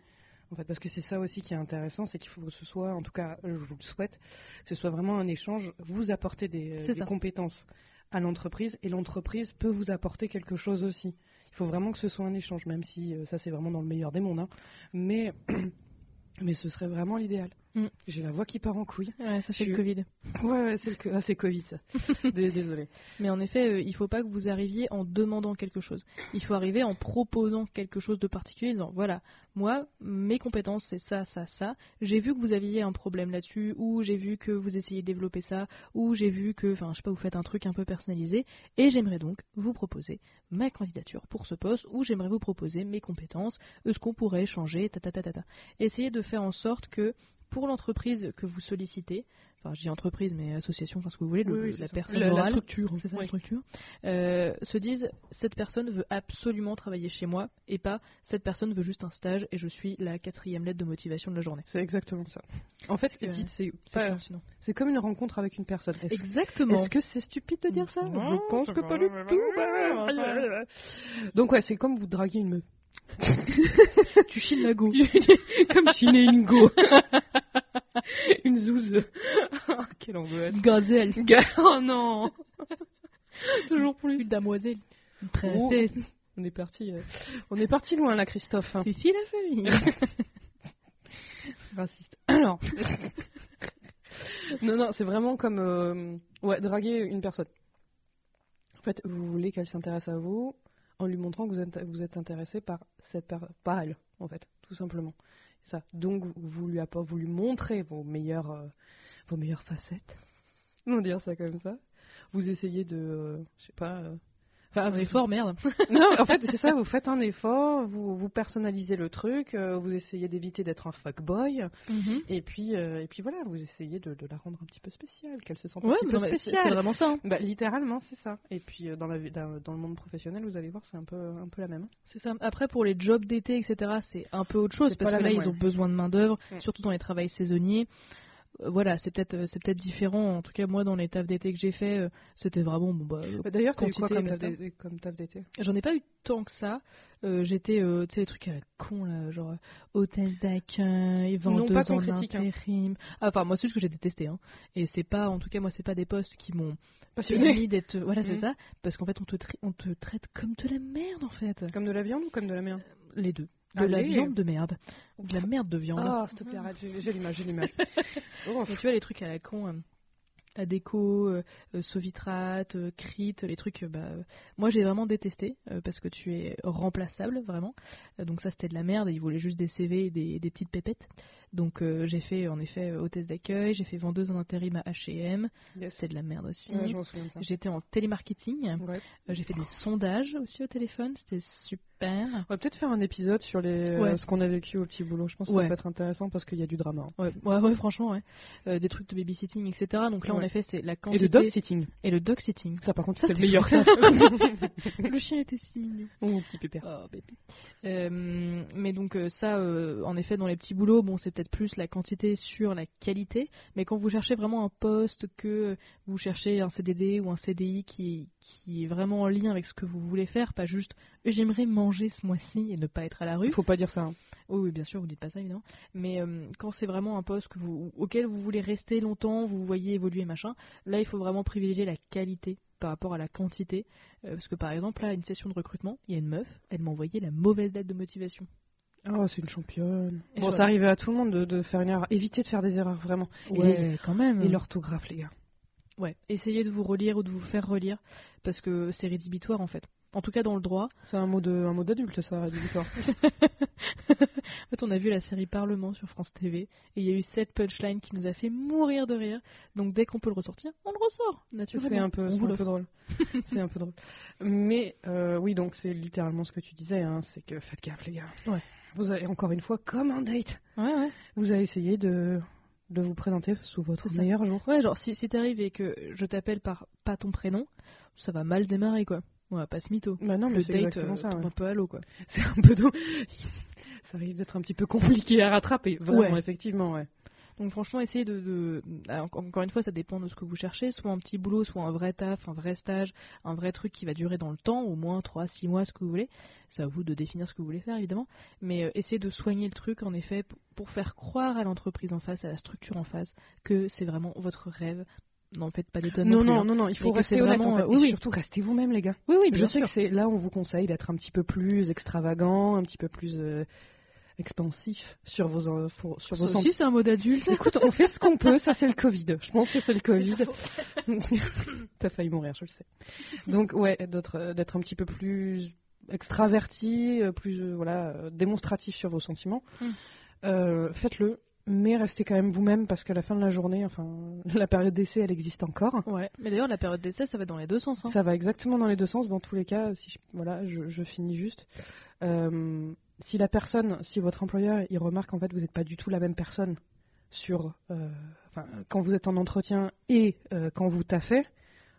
B: En fait, parce que c'est ça aussi qui est intéressant, c'est qu'il faut que ce soit, en tout cas, je vous le souhaite, que ce soit vraiment un échange. Vous apportez des, euh,
A: C'est
B: des
A: ça.
B: compétences à l'entreprise et l'entreprise peut vous apporter quelque chose aussi. Il faut vraiment que ce soit un échange, même si euh, ça c'est vraiment dans le meilleur des mondes. hein. Mais <clears throat> Mais ce serait vraiment l'idéal.
A: Mm.
B: J'ai la voix qui part en couille. <laughs>
A: Ouais, ça c'est
B: Je-
A: le Covid.
B: Ouais, ouais, c'est le co- ah, c'est Covid,
A: <laughs>
B: ça. Dés- Désolée.
A: Mais en effet, euh, il faut pas que vous arriviez en demandant quelque chose. Il faut arriver en proposant quelque chose de particulier, en disant voilà, moi, mes compétences, c'est ça, ça, ça. J'ai vu que vous aviez un problème là-dessus, ou j'ai vu que vous essayez de développer ça, ou j'ai vu que, enfin, je sais pas, vous faites un truc un peu personnalisé, et j'aimerais donc vous proposer ma candidature pour ce poste, ou j'aimerais vous proposer mes compétences, euh, ce qu'on pourrait échanger, ta ta ta ta ta. Essayez de faire en sorte que pour l'entreprise que vous sollicitez, enfin, je dis entreprise, mais association, enfin, ce que vous voulez, le-
B: Oui, oui,
A: la
B: c'est ça.
A: personne
B: La- la
A: morale,
B: structure.
A: c'est ça, la
B: Oui.
A: structure, euh, se disent cette personne veut absolument travailler chez moi et pas cette personne veut juste un stage et je suis la quatrième lettre de motivation de la journée.
B: C'est exactement ça. En fait, ce que
A: que-
B: dites, c'est
A: C'est
B: pas-
A: chiant, sinon.
B: c'est comme une rencontre avec une personne. Est-ce
A: Exactement.
B: Est-ce que c'est stupide de dire ça
A: Non,
B: Je pense
A: c'est
B: que
A: pas-
B: pas du tout. <laughs> Donc ouais, c'est comme vous draguez une meuf.
A: tu chines la <laughs> go
B: comme chiner une go. <laughs> une zouze. <laughs> Ah, quelle angoisse.
A: Gazelle. <laughs>
B: Oh non Toujours plus.
A: Une damoiselle. Une princesse.
B: Oh. On est parti. euh, On est parti loin là, Christophe. hein.
A: C'est ici la famille.
B: Raciste. <clears throat> Alors. non, non, c'est vraiment comme euh, ouais, draguer une personne. En fait, vous voulez qu'elle s'intéresse à vous en lui montrant que vous êtes, vous êtes intéressé par, cette per- par elle, en fait, tout simplement. Ça. Donc, vous- vous lui, appo- vous lui montrez vos meilleures, euh, vos meilleures facettes. On va dire ça comme ça. Vous essayez de. euh, je sais pas. euh,
A: <laughs> Enfin, un
B: vous-
A: effort, merde.
B: non, en fait, c'est ça, vous faites un effort, vous, vous personnalisez le truc, euh, vous essayez d'éviter d'être un fuckboy,
A: Mhm.
B: et puis, euh, et puis voilà, vous essayez de, de la rendre un petit peu spéciale, qu'elle se sente un
A: Ouais,
B: petit
A: mais
B: peu
A: non, mais c'est c'est
B: spéciale.
A: vraiment ça. hein.
B: Bah, littéralement, c'est ça. Et puis, euh, dans, la, vie- dans, dans le monde professionnel, vous allez voir, c'est un peu, un peu la même.
A: C'est ça. Après, pour les jobs d'été, etc., c'est un peu autre chose
B: C'est pas
A: parce
B: la
A: que là,
B: même,
A: ils ont
B: ouais.
A: besoin de main-d'œuvre,
B: Mm.
A: surtout dans les travails saisonniers. Euh, Voilà, c'est peut-être euh, c'est peut-être différent. En tout cas, moi, dans les tafs d'été que j'ai fait, euh, c'était vraiment bon. Bah, euh,
B: Bah, D'ailleurs, t'as eu
A: Quantité
B: quoi comme
A: et
B: hein taf
A: basta.
B: d'été- comme taf d'été
A: j'en ai pas eu tant que ça. Euh, J'étais, euh, tu sais, les trucs à la con là, genre euh, hôtesse d'accueil, vendeuse
B: pas qu'on
A: en
B: critique, hein.
A: intérim. Ah, enfin, moi, c'est juste que j'ai détesté. Hein. Et c'est pas, en tout cas, moi, c'est pas des postes qui m'ont
B: Passionné
A: permis d'être. euh, Voilà, c'est
B: Mm.
A: ça. Parce qu'en fait, on te tri- on te traite comme de la merde, en fait.
B: <laughs> Comme de la viande ou comme de la merde
A: Les deux. De la
B: Allez.
A: viande de merde. De la merde de viande. Mm.
B: Ah, s'il te plaît, arrête, j'ai j'ai l'image, j'ai l'image. <laughs> Oh,
A: Mais tu vois, les trucs à la con, hein, la déco, euh, euh, sauvitrate, euh, crite, les trucs, euh, bah, euh, moi j'ai vraiment détesté euh, parce que tu es remplaçable vraiment. Euh, donc ça c'était de la merde et ils voulaient juste des CV et des, des petites pépettes. Donc euh, j'ai fait en effet euh, hôtesse d'accueil, j'ai fait vendeuse en intérim à H&M,
B: yes.
A: c'est de la merde aussi.
B: Ouais, je m'en souviens de ça.
A: J'étais en télémarketing,
B: Ouais.
A: Euh, j'ai fait des sondages aussi au téléphone, c'était super.
B: On va peut-être faire un épisode sur les,
A: Ouais.
B: euh, ce qu'on a vécu au petit boulot. Je pense que ça
A: Ouais.
B: peut être intéressant parce qu'il y a du drama. hein.
A: Ouais, ouais, ouais, franchement, ouais. Euh, des trucs de babysitting, etc. Donc là, en
B: Ouais.
A: effet, c'est la
B: Et
A: quantité
B: le dog sitting.
A: et le dog
B: <laughs>
A: sitting.
B: Ça, par contre,
A: Ça,
B: c'était le
A: c'est
B: meilleur.
A: chouette.
B: <laughs> ça.
A: Le chien était si mignon.
B: Mon petit pépère.
A: Oh, bébé. Euh, mais donc euh, ça, euh, en effet, dans les petits boulots, bon, c'est peut-être plus la quantité sur la qualité. Mais quand vous cherchez vraiment un poste, que vous cherchez un CDD ou un CDI qui, qui est vraiment en lien avec ce que vous voulez faire, pas juste j'aimerais manger ce mois-ci et ne pas être à la rue.
B: Il faut pas dire ça. hein.
A: Oui, oui, bien sûr, vous dites pas ça évidemment. Mais euh, quand c'est vraiment un poste que vous, auquel vous voulez rester longtemps, vous voyez évoluer machin, là il faut vraiment privilégier la qualité par rapport à la quantité. Euh, parce que par exemple, là, une session de recrutement, il y a une meuf, elle m'a envoyé la mauvaise lettre de motivation.
B: Oh, c'est une championne.
A: Et
B: bon,
A: je-
B: ça arrivait à tout le monde de, de faire une erreur. Évitez de faire des erreurs, vraiment.
A: Ouais, quand même.
B: Et l'orthographe, les gars.
A: Ouais, essayez de vous relire ou de vous faire relire parce que c'est rédhibitoire en fait. En tout cas, dans le droit.
B: C'est un mot de, un mot d'adulte, ça,
A: <laughs>
B: rédhibitoire.
A: En fait, on a vu la série Parlement sur France TV et il y a eu cette punchline qui nous a fait mourir de rire. Donc, dès qu'on peut le ressortir, on le ressort, naturellement.
B: c'est un peu,
A: On
B: c'est
A: vous
B: un
A: l'offre.
B: peu
A: <laughs>
B: drôle. c'est un peu drôle. Mais euh, oui, donc c'est littéralement ce que tu disais. hein, c'est que faites gaffe, les gars.
A: Ouais.
B: Vous avez encore une fois, comme un date,
A: Ouais, ouais.
B: vous avez essayé de, de vous présenter sous votre
A: C'est ça.
B: meilleur jour.
A: Ouais, genre si, si t'arrives et que je t'appelle par pas ton prénom, ça va mal démarrer quoi. On va pas se mytho.
B: Bah non, mais
A: Le
B: c'est
A: date
B: exactement
A: euh,
B: ça.
A: tombe
B: ouais.
A: un peu à l'eau quoi.
B: <laughs> C'est un peu d'eau. ça risque d'être un petit peu compliqué à rattraper. Vraiment,
A: Ouais.
B: effectivement, ouais.
A: Donc franchement, essayez de, de- ah, en- encore une fois, ça dépend de ce que vous cherchez, soit un petit boulot, soit un vrai taf, un vrai stage, un vrai truc qui va durer dans le temps, au moins 3 6 mois ce que vous voulez. C'est à vous de définir ce que vous voulez faire évidemment, mais euh, essayez de soigner le truc en effet p- pour faire croire à l'entreprise en face, à la structure en face que c'est vraiment votre rêve. N'en faites pas des tonnes.
B: Non,
A: plus,
B: non,
A: hein.
B: non, non, il faut
A: Et que
B: rester
A: c'est
B: honnête.
A: vraiment,
B: en fait.
A: euh,
B: Et
A: oui, oui.
B: surtout, restez vous-même, les gars.
A: Oui oui,
B: je
A: bien
B: sais
A: sûr.
B: que c'est là on vous conseille d'être un petit peu plus extravagant, un petit peu plus euh, expansif sur vos infos, sur
A: Ça
B: vos
A: <laughs> aussi, c'est un mode adulte.
B: Écoute, on fait ce qu'on peut, ça c'est le Covid. Je pense que c'est le Covid. <laughs> T'as failli mourir, je le sais. Donc ouais, d'être euh, d'être un petit peu plus extraverti, euh, plus euh, voilà, euh, démonstratif sur vos sentiments.
A: Mm.
B: Euh, Faites-le, mais restez quand même vous-même parce qu'à la fin de la journée, enfin <laughs> la période d'essai, elle existe encore.
A: Ouais. Mais d'ailleurs, la période d'essai, ça va dans les deux sens. hein.
B: Ça va exactement dans les deux sens. Dans tous les cas, si je, voilà, je, je finis juste. Euh, si la personne, si votre employeur, il remarque en fait vous n'êtes pas du tout la même personne sur, euh, enfin, quand vous êtes en entretien et euh, quand vous taffez,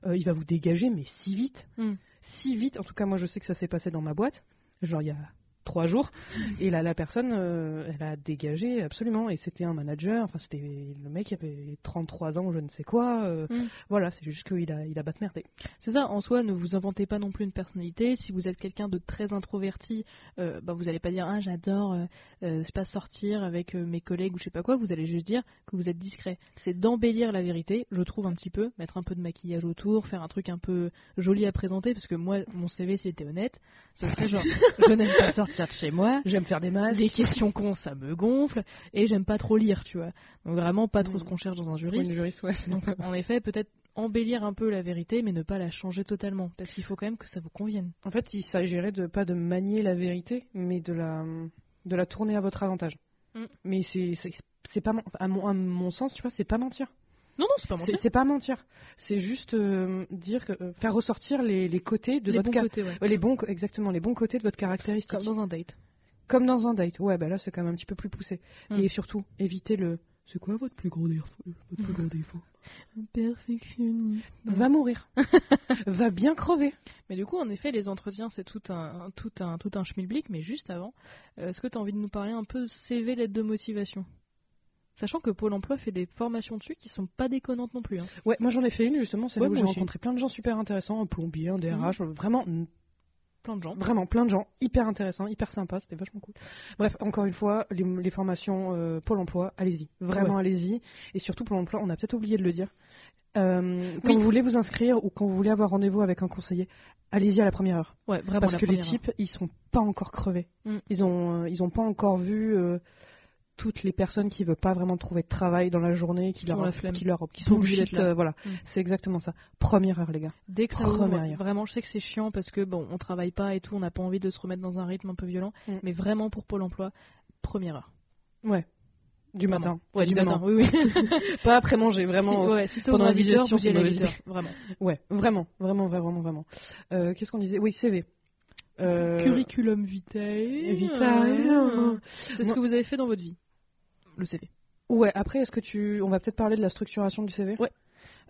B: euh, il va vous dégager mais si vite,
A: Mm.
B: si vite. En tout cas, moi, je sais que ça s'est passé dans ma boîte, genre il y a trois jours,
A: Mm.
B: et là la personne, euh, elle a dégagé absolument, et c'était un manager, enfin c'était le mec qui avait 33 ans, je ne sais quoi. euh,
A: Mm.
B: Voilà, c'est juste qu'il a, il a battemerdé.
A: C'est ça, en soi, ne vous inventez pas non plus une personnalité. Si vous êtes quelqu'un de très introverti, euh, bah, vous n'allez pas dire ah, j'adore, euh, euh, je sais pas sortir avec euh, mes collègues ou je sais pas quoi. Vous allez juste dire que vous êtes discret. C'est d'embellir la vérité, je trouve un petit peu, mettre un peu de maquillage autour, faire un truc un peu joli à présenter. Parce que moi, mon CV, s'il était honnête, ce serait
B: <laughs>
A: genre je n'aime pas sortir de chez moi.
B: J'aime faire des masques.
A: Les questions cons, ça me gonfle et j'aime pas trop lire, tu vois. Donc vraiment pas trop
B: Mm.
A: ce qu'on cherche dans un
B: Pour
A: juriste.
B: une juriste, ouais.
A: <laughs> Donc, en effet, peut-être embellir un peu la vérité, mais ne pas la changer totalement, parce qu'il faut quand même que ça vous convienne.
B: En fait, il s'agirait de pas de manier la vérité, mais de la de la tourner à votre avantage.
A: Mm.
B: Mais c'est c'est- c'est pas men- à mon, à mon sens, tu vois, c'est pas mentir.
A: Non, non, c'est pas mentir.
B: C'est- C'est pas mentir. C'est juste euh, dire que euh, faire ressortir les, les côtés de
A: les
B: votre
A: bons
B: car-
A: côtés, ouais.
B: Ouais, les bons exactement les bons côtés de votre caractéristique.
A: Comme dans un date.
B: Comme dans un date. Ouais, bah là c'est quand même un petit peu plus poussé.
A: Mm.
B: Et surtout, éviter le c'est quoi votre plus gros défaut, votre
A: <laughs>
B: plus gros défaut
A: Perfectionniste. <laughs>
B: Va mourir. Va bien crever.
A: Mais du coup, en effet, les entretiens, c'est tout un, un- tout un, tout un schmilblick, mais juste avant, euh, est-ce que tu as envie de nous parler un peu CV, lettre de motivation Sachant que Pôle emploi fait des formations dessus qui sont pas déconnantes non plus. hein.
B: Ouais, moi j'en ai fait une justement, c'est
A: Ouais,
B: là où
A: moi
B: j'ai
A: aussi. Mhm.
B: rencontré plein de gens super intéressants, un plombier, un DRH, vraiment,
A: Plein de gens.
B: vraiment plein de gens hyper intéressants, hyper sympas, c'était vachement cool. Bref, encore une fois, les, les formations euh, Pôle Emploi, allez-y, vraiment allez-y, et surtout Pôle Emploi, on a peut-être oublié de le dire. Euh, quand
A: Oui.
B: vous voulez vous inscrire ou quand vous voulez avoir rendez-vous avec un conseiller, allez-y à la première heure.
A: Ouais, vraiment.
B: Ah, Parce
A: la
B: que les
A: première hein. heure.
B: types, ils sont pas encore crevés.
A: Mm.
B: Ils ont, euh, ils ont pas encore vu euh, toutes les personnes qui veulent pas vraiment trouver de travail dans la journée, qui,
A: Qui
B: leur,
A: ont la flemme.
B: qui leur, qui
A: sont
B: sont
A: obligés
B: bullshit,
A: d'être là.
B: euh, voilà.
A: Mm.
B: C'est exactement ça. Première heure, les gars.
A: Dès que ça
B: Première
A: ouvre,
B: heure.
A: vraiment, je sais que c'est chiant parce que bon, on travaille pas et tout, on n'a pas envie de se remettre dans un rythme un peu violent,
B: Mm.
A: mais vraiment pour Pôle emploi, première heure.
B: Ouais. Du
A: Vraiment.
B: matin.
A: Ouais,
B: évidemment.
A: du matin, oui, oui.
B: Pas après manger, vraiment.
A: Si- ouais, si c'est
B: <laughs> pendant
A: euh, pendant
B: la
A: 8 heures,
B: digestion,
A: vous y allez à
B: c'est
A: 8
B: mauvais.
A: heures, vraiment.
B: Ouais, vraiment, vraiment, vraiment, vraiment. Euh, Qu'est-ce qu'on disait Oui, CV. Euh,
A: Curriculum vitae.
B: Vitae.
A: C'est ce
B: Moi-
A: que vous avez fait dans votre vie. Le CV.
B: Ouais, après, est-ce que tu. On va peut-être parler de la structuration du CV
A: Ouais.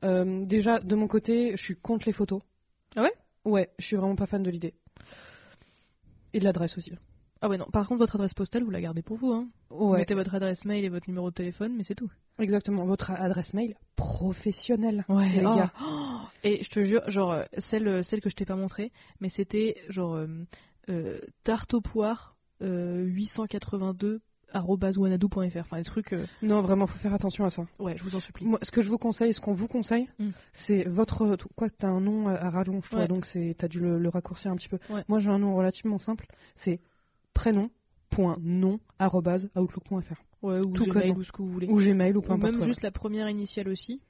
B: Euh, déjà, de mon côté, je suis contre les photos.
A: Ah ouais
B: Ouais, je suis vraiment pas fan de l'idée. Et de l'adresse aussi.
A: Ah ouais, non. Par contre, votre adresse postale, vous la gardez pour vous. Hein. Vous
B: Ouais,
A: mettez votre adresse mail et votre numéro de téléphone, mais c'est tout.
B: exactement. Votre adresse mail professionnelle.
A: Ouais, oh.
B: les gars.
A: Et je te jure, genre, euh, celle, euh, celle que je t'ai pas montrée, mais c'était genre euh, euh, tarte aux poires euh, 882 @wanadoo.fr. Enfin, des trucs. euh,
B: Non, vraiment, faut faire attention à ça.
A: ouais, je vous en supplie.
B: Moi, ce que je vous conseille, ce qu'on vous conseille,
A: Mm.
B: c'est votre. Quoi, t'as un nom à- à rallonge, toi,
A: Ouais.
B: donc c'est, t'as dû le, le raccourcir un petit peu.
A: Ouais.
B: Moi, j'ai un nom relativement simple, c'est prénom.nom@outlook.fr
A: Ouais, ou
B: tout
A: Gmail,
B: comme-
A: ou ce que vous voulez.
B: ou Gmail ou peu
A: Ou
B: importe.
A: même
B: ouais.
A: juste la première initiale aussi.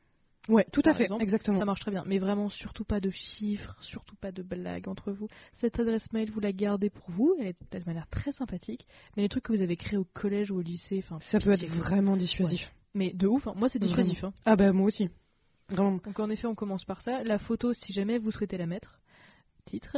B: Ouais, tout à
A: par
B: fait,
A: exemple,
B: exactement.
A: Ça marche très bien. Mais vraiment, surtout pas de chiffres, surtout pas de blagues entre vous. Cette adresse mail, vous la gardez pour vous. Elle est de manière très sympathique. Mais les trucs que vous avez créés au collège ou au lycée, enfin,
B: Ça peut être
A: pitié, quoi.
B: vraiment dissuasif.
A: Mais de ouf. hein. Moi, c'est
B: Vraiment.
A: dissuasif. hein.
B: Ah bah moi aussi. Vraiment.
A: Donc en effet, on commence par ça. La photo, si jamais vous souhaitez la mettre.
B: <laughs>
A: Titre.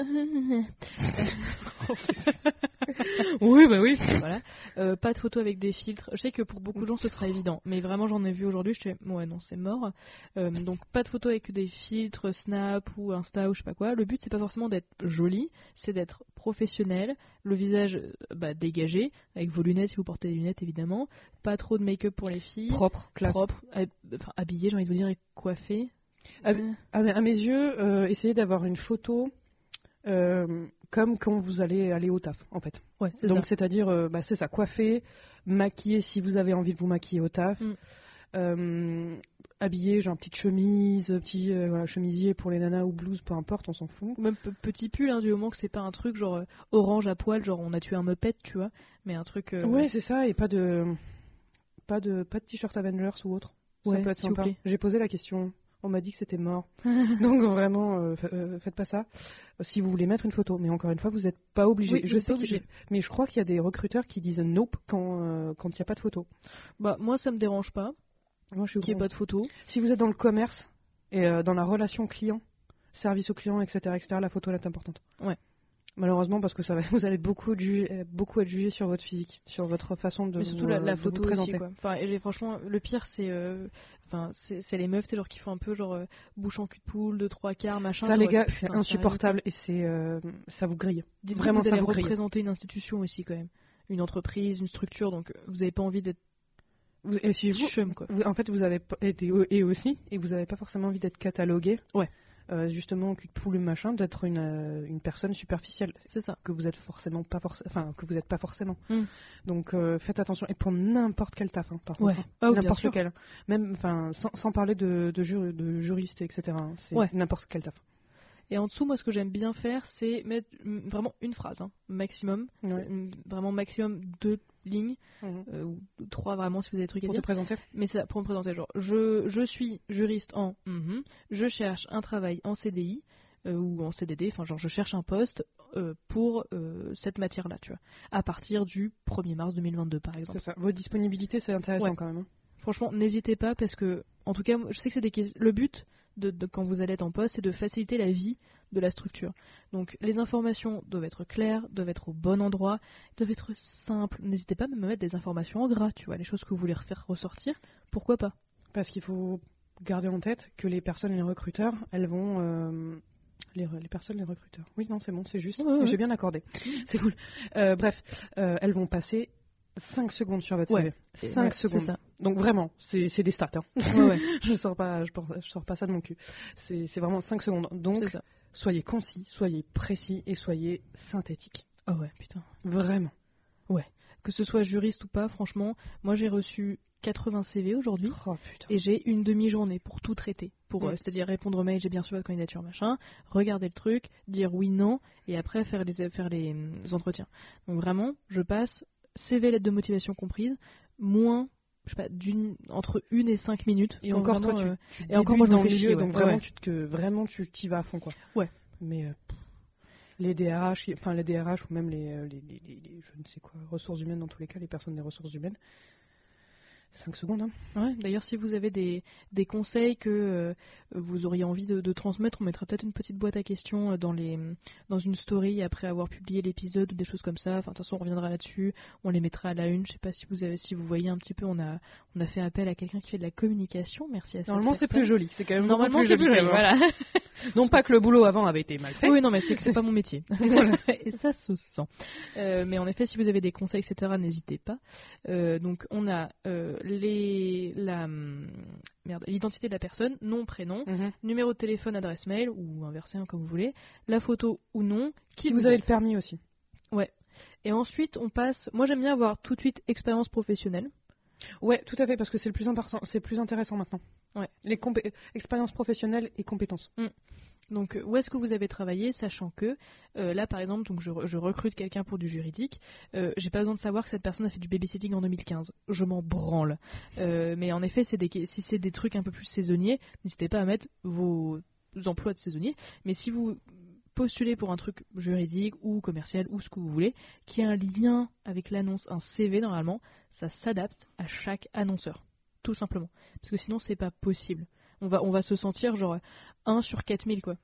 B: Oui, bah oui.
A: voilà. Euh, pas de photo avec des filtres. Je sais que pour beaucoup de gens, ce sera évident. Mais vraiment, j'en ai vu aujourd'hui. Je fais, ouais, non, c'est mort. Euh, donc pas de photo avec des filtres, Snap ou Insta ou je sais pas quoi. Le but, c'est pas forcément d'être joli. C'est d'être professionnel. Le visage euh, bah, dégagé. Avec vos lunettes, si vous portez des lunettes, évidemment. Pas trop de make-up pour les filles.
B: Propre, classe.
A: Propre. hab- enfin, habillé, j'ai envie de vous dire, et coiffé.
B: Ah, Ah, mais à mes yeux, euh, essayez d'avoir une photo euh, comme quand vous allez aller au taf, en fait.
A: Ouais, c'est ça.
B: Donc c'est-à-dire, euh, bah, c'est ça, coiffer, maquiller si vous avez envie de vous maquiller au taf,
A: Mm.
B: euh, habillée, genre petite chemise, petit euh, voilà, chemisier pour les nanas ou blouse, peu importe, on s'en fout.
A: Même pe- petit pull, hein, du moment que c'est pas un truc genre euh, orange à poil, genre on a tué un moped, tu vois, mais un truc. euh,
B: Ouais, c'est ça, et pas de pas de pas de t-shirt Avengers ou autre.
A: Ouais,
B: ça peut être
A: s'il vous
B: sympa.
A: plaît.
B: J'ai posé la question. On m'a dit que c'était
A: <laughs>
B: mort. Donc vraiment, euh, fa- euh, faites pas ça. Euh, Si vous voulez mettre une photo, mais encore une fois, vous n'êtes pas obligé.
A: Oui, vous
B: je
A: êtes
B: sais,
A: pas
B: qu'il-
A: obligé.
B: mais je crois qu'il y a des recruteurs qui disent nope quand euh, quand il n'y a pas de photo.
A: Bah moi ça me dérange pas
B: Moi, je suis
A: qu'il n'y ait
B: grand-
A: pas de photo.
B: Si vous êtes dans le commerce et euh, dans la relation client, service au client, etc., etc., la photo elle est importante.
A: Ouais.
B: Malheureusement, parce que ça va, <laughs> vous allez beaucoup, être jugé- euh, beaucoup être jugé sur votre physique, sur votre façon de
A: Mais
B: vous,
A: surtout la,
B: euh,
A: la
B: de vous
A: photo aussi,
B: présenter.
A: quoi. Enfin, et j'ai- franchement, le pire, c'est euh, enfin, c'est c'est les meufs, tu sais, genre qui font un peu genre euh, bouche en cul de poule, de trois quarts, machin.
B: ça,
A: genre,
B: les gars,
A: putain,
B: c'est
A: sérieux.
B: insupportable et c'est, euh, ça vous grille.
A: Dites-vous que
B: Vraiment,
A: vous
B: ça
A: allez
B: vous grille.
A: représenter une institution aussi, quand même. Une entreprise, une structure, donc euh, vous n'avez pas envie d'être
B: Vous- et si vous,
A: chum, quoi.
B: vous- en fait, vous avez pas- et, et- et aussi, et vous n'avez pas forcément envie d'être catalogué.
A: Ouais.
B: Euh, justement, cul de poule, machin, d'être une, euh, une personne superficielle.
A: C'est ça.
B: que vous êtes forcément pas forc- enfin que vous êtes pas forcément.
A: Mm.
B: Donc euh, faites attention et pour n'importe quel taf, hein, par contre,
A: Ouais.
B: hein.
A: Ah oui, bien
B: n'importe
A: sûr.
B: lequel, même enfin sans, sans parler de de, ju- de juriste etc. hein. C'est
A: Ouais.
B: n'importe quel taf.
A: Et en dessous, moi, ce que j'aime bien faire, c'est mettre mm, vraiment une phrase, hein, maximum. Mm, Vraiment maximum deux lignes,
B: Mhm.
A: euh, ou trois vraiment si vous avez des trucs à
B: Pour
A: dire.
B: te présenter.
A: mais ça pour me présenter genre je, je suis juriste en mhm, je cherche un travail en CDI euh, ou en CDD enfin genre je cherche un poste euh, pour euh, cette matière là tu vois à partir du 1er mars 2022 par exemple
B: C'est ça. Votre disponibilité c'est intéressant
A: Ouais.
B: quand même. hein.
A: franchement n'hésitez pas parce que en tout cas moi, je sais que c'est des ques- le but de, de- quand vous allez être en poste c'est de faciliter la vie de la structure donc les informations doivent être claires doivent être au bon endroit doivent être simples n'hésitez pas même à mettre des informations en gras tu vois les choses que vous voulez faire ressortir pourquoi pas
B: Parce qu'il faut garder en tête que les personnes les recruteurs elles vont euh, les, re- les personnes, les recruteurs. Oui, non, c'est bon, c'est juste.
A: Ouais, Mm. ouais.
B: J'ai bien accordé. C'est cool. Euh, bref, euh, elles vont passer 5 secondes sur votre
A: Ouais.
B: CV.
A: Et-
B: 5
A: ouais, c'est
B: secondes.
A: ça.
B: Donc vraiment, c'est c'est des stats. hein.
A: Ouais, ouais,
B: <laughs> je sors pas, je, porte- je sors pas ça de mon cul. C'est c'est vraiment 5 secondes.
A: c'est
B: Donc,
A: ça.
B: soyez concis, soyez précis et soyez synthétique.
A: Ah ouais, putain.
B: Vraiment.
A: Que ce soit juriste ou pas, franchement, moi j'ai reçu 80 CV aujourd'hui
B: Oh putain.
A: et j'ai une demi-journée pour tout traiter. Pour, euh,
B: Mm.
A: c'est-à-dire répondre au mail, j'ai bien reçu votre candidature, machin, regarder le truc, dire oui, non, et après faire les, faire les, hum, les entretiens. Donc vraiment, je passe, CV, lettre de motivation comprise, moins, je sais pas, d'une, entre une et cinq minutes.
B: Et
A: Quand
B: encore, toi,
A: vraiment, euh,
B: Tu
A: et encore, moi, je
B: débutes
A: me
B: dans le
A: fais
B: milieu,
A: chier,
B: donc
A: ouais.
B: vraiment,
A: Ouais.
B: tu te- vraiment, tu t'y vas à fond, quoi.
A: Ouais.
B: Mais euh, pff, les DRH, qui- enfin les DRH ou même les, euh, les, les- les- les- je ne sais quoi, ressources humaines dans tous les cas, les personnes des ressources humaines. 5 secondes. Hein.
A: Ouais, D'ailleurs, si vous avez des, des conseils que euh, vous auriez envie de, de transmettre, on mettra peut-être une petite boîte à questions euh, dans, les, dans une story après avoir publié l'épisode ou des choses comme ça. Enfin, de toute façon, on reviendra là-dessus. On les mettra à la une. Je sais pas si vous, avez, si vous voyez un petit peu, on a, on a fait appel à quelqu'un qui fait de la communication. Merci à cette
B: Normalement, c'est
A: personne.
B: plus joli. C'est quand même beaucoup
A: Normalement, c'est plus joli.
B: quand même, hein.
A: Voilà.
B: Non pas que le boulot avant avait été mal fait.
A: Oui, non, mais c'est que c'est pas mon métier. <laughs> et ça se sent. Euh, mais en effet, si vous avez des conseils, etc., n'hésitez pas. Euh, donc, on a euh, les, la, hum, merde, l'identité de la personne, nom, prénom,
B: Mhm.
A: numéro de téléphone, adresse mail, ou inversé, hein, comme vous voulez, la photo ou non, qui
B: Si
A: vous,
B: vous avez
A: êtes.
B: le permis aussi.
A: Et ensuite, on passe. Moi, j'aime bien avoir tout de suite expérience professionnelle.
B: Ouais, tout à fait, parce que c'est le plus important, c'est le plus intéressant maintenant.
A: Ouais.
B: Les compé- expériences professionnelles et compétences.
A: Donc, euh, où est-ce que vous avez travaillé, sachant que, euh, là par exemple, donc je, re- je recrute quelqu'un pour du juridique, euh, j'ai pas besoin de savoir que cette personne a fait du babysitting en 2015. Je m'en branle. Euh, mais en effet, c'est des, si c'est des trucs un peu plus saisonniers, n'hésitez pas à mettre vos emplois de saisonniers. Mais si vous postulez pour un truc juridique ou commercial ou ce que vous voulez, qui a un lien avec l'annonce, un CV normalement, ça s'adapte à chaque annonceur. Tout simplement. Parce que sinon, c'est pas possible. On va, on va se sentir genre 1 sur 4000 quoi.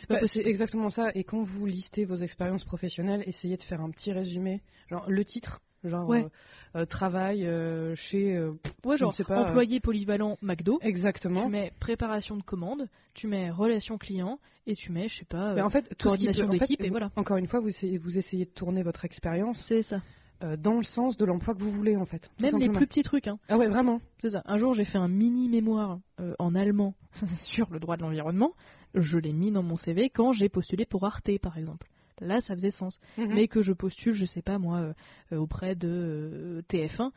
A: C'est pas
B: Bah, c'est
A: possible.
B: exactement ça. Et quand vous listez vos expériences professionnelles, essayez de faire un petit résumé, genre le titre, genre
A: Ouais.
B: euh, euh, travail euh, chez. euh,
A: Ouais,
B: je
A: genre
B: ne sais pas,
A: employé polyvalent McDo. Tu
B: exactement.
A: mets préparation de commande, tu mets relation client et tu mets, je sais pas,
B: Mais
A: euh,
B: en fait, tout ce qui
A: coordination
B: peut- en fait, euh,
A: d'équipe et
B: vous-
A: voilà.
B: Encore une fois, vous essayez, vous essayez de tourner votre expérience
A: C'est ça.
B: euh, dans le sens de l'emploi que vous voulez en fait. tout
A: Même les
B: simplement.
A: plus petits trucs. Hein.
B: Ah ouais, vraiment.
A: C'est ça. Un jour, j'ai fait un mini mémoire euh, en allemand <laughs> sur le droit de l'environnement. Je l'ai mis dans mon CV quand j'ai postulé pour Arte, par exemple. Là, ça faisait sens.
B: Mhm.
A: mais que je postule, je sais pas moi, euh, euh, auprès de euh, TF1,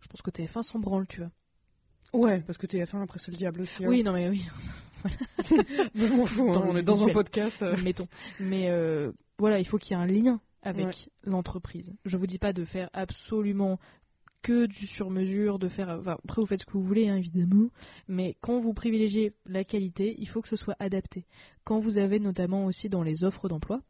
A: je pense que TF1 s'en branle, tu vois.
B: Ouais, parce que TF1, après, c'est le diable aussi. hein.
A: Oui, non, mais oui. Voilà.
B: je m'en fous, hein,
A: Dans
B: <laughs> on
A: le
B: est dans un
A: visuel.
B: podcast. euh.
A: mettons. Mais euh, voilà, il faut qu'il y ait un lien avec
B: Ouais.
A: l'entreprise. Je vous dis pas de faire absolument que du sur-mesure, de faire. Enfin, après, vous faites ce que vous voulez, hein, évidemment. Mais quand vous privilégiez la qualité, il faut que ce soit adapté. Quand vous avez notamment aussi dans les offres d'emploi,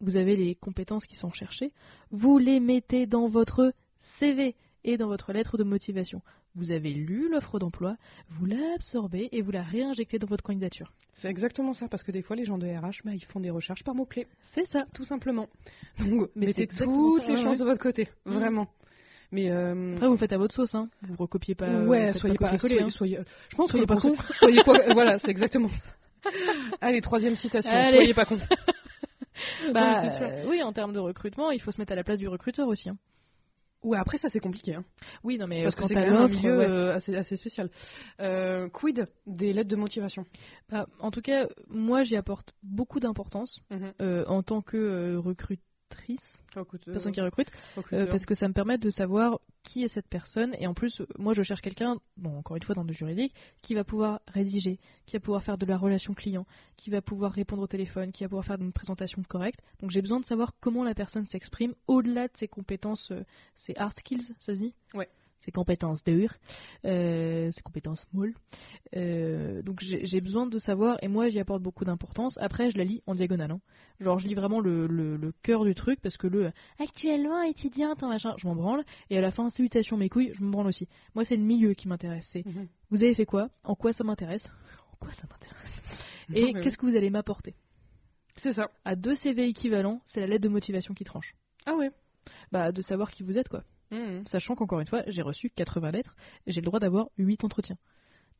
A: vous avez les compétences qui sont recherchées, vous les mettez dans votre CV et dans votre lettre de motivation. Vous avez lu l'offre d'emploi, vous l'absorbez et vous la réinjectez dans votre candidature.
B: C'est exactement ça, parce que des fois, les gens de RH, bah, ils font des recherches par mots-clés,
A: C'est ça.
B: tout simplement. <laughs> Donc,
A: Mais c'est
B: mettez
A: exactement
B: toutes
A: ça,
B: les
A: ouais,
B: chances
A: ouais.
B: de votre côté,
A: Mhm.
B: vraiment. Mais euh,
A: Après, vous faites à votre sauce, hein. Vous recopiez pas. euh,
B: ouais,
A: faites
B: soyez pas,
A: copier-coller,
B: soyez- soyez- euh, je pense
A: Soyez
B: que
A: pas
B: pour- soyez quoi,
A: <laughs>
B: voilà, c'est exactement ça. Allez, troisième citation.
A: Allez.
B: Soyez pas con.
A: hein. Bah, euh, oui, en termes de recrutement, il faut se mettre à la place du recruteur aussi. hein.
B: Ouais, après ça c'est compliqué, hein,
A: Oui, non, mais
B: parce que
A: quand
B: c'est
A: t'as
B: quand même un
A: l'offre,
B: milieu
A: ouais.
B: euh, assez, assez spécial. Euh, quid des lettres de motivation
A: Bah, en tout cas, moi, j'y apporte beaucoup d'importance euh, en tant que euh, recrutrice,
B: Euh,
A: personne qui recrute, euh, parce que ça me permet de savoir qui est cette personne. Et en plus, euh, moi, je cherche quelqu'un, bon, encore une fois, dans le juridique, qui va pouvoir rédiger, qui va pouvoir faire de la relation client, qui va pouvoir répondre au téléphone, qui va pouvoir faire une présentation correcte. Donc, j'ai besoin de savoir comment la personne s'exprime au-delà de ses compétences, euh, ses hard skills, ça se dit
B: Ouais.
A: Ses compétences dures, euh, ses compétences molles. Euh, donc, j'ai j'ai besoin de savoir, et moi, j'y apporte beaucoup d'importance. Après, je la lis en diagonale. hein. Genre, je lis vraiment le, le, le cœur du truc, parce que le actuellement étudiante, hein, machin, je m'en branle. Et à la fin, salutations mes couilles, je m'en branle aussi. Moi, c'est le milieu qui m'intéresse. C'est
B: Mhm.
A: vous avez fait quoi En quoi ça m'intéresse En quoi ça m'intéresse Et
B: mais
A: qu'est-ce que vous allez m'apporter
B: C'est ça.
A: À deux CV équivalents, c'est la lettre de motivation qui tranche.
B: Ah ouais.
A: Bah, de savoir qui vous êtes, quoi.
B: Mmh.
A: Sachant qu'encore une fois, j'ai reçu 80 lettres, et j'ai le droit d'avoir 8 entretiens.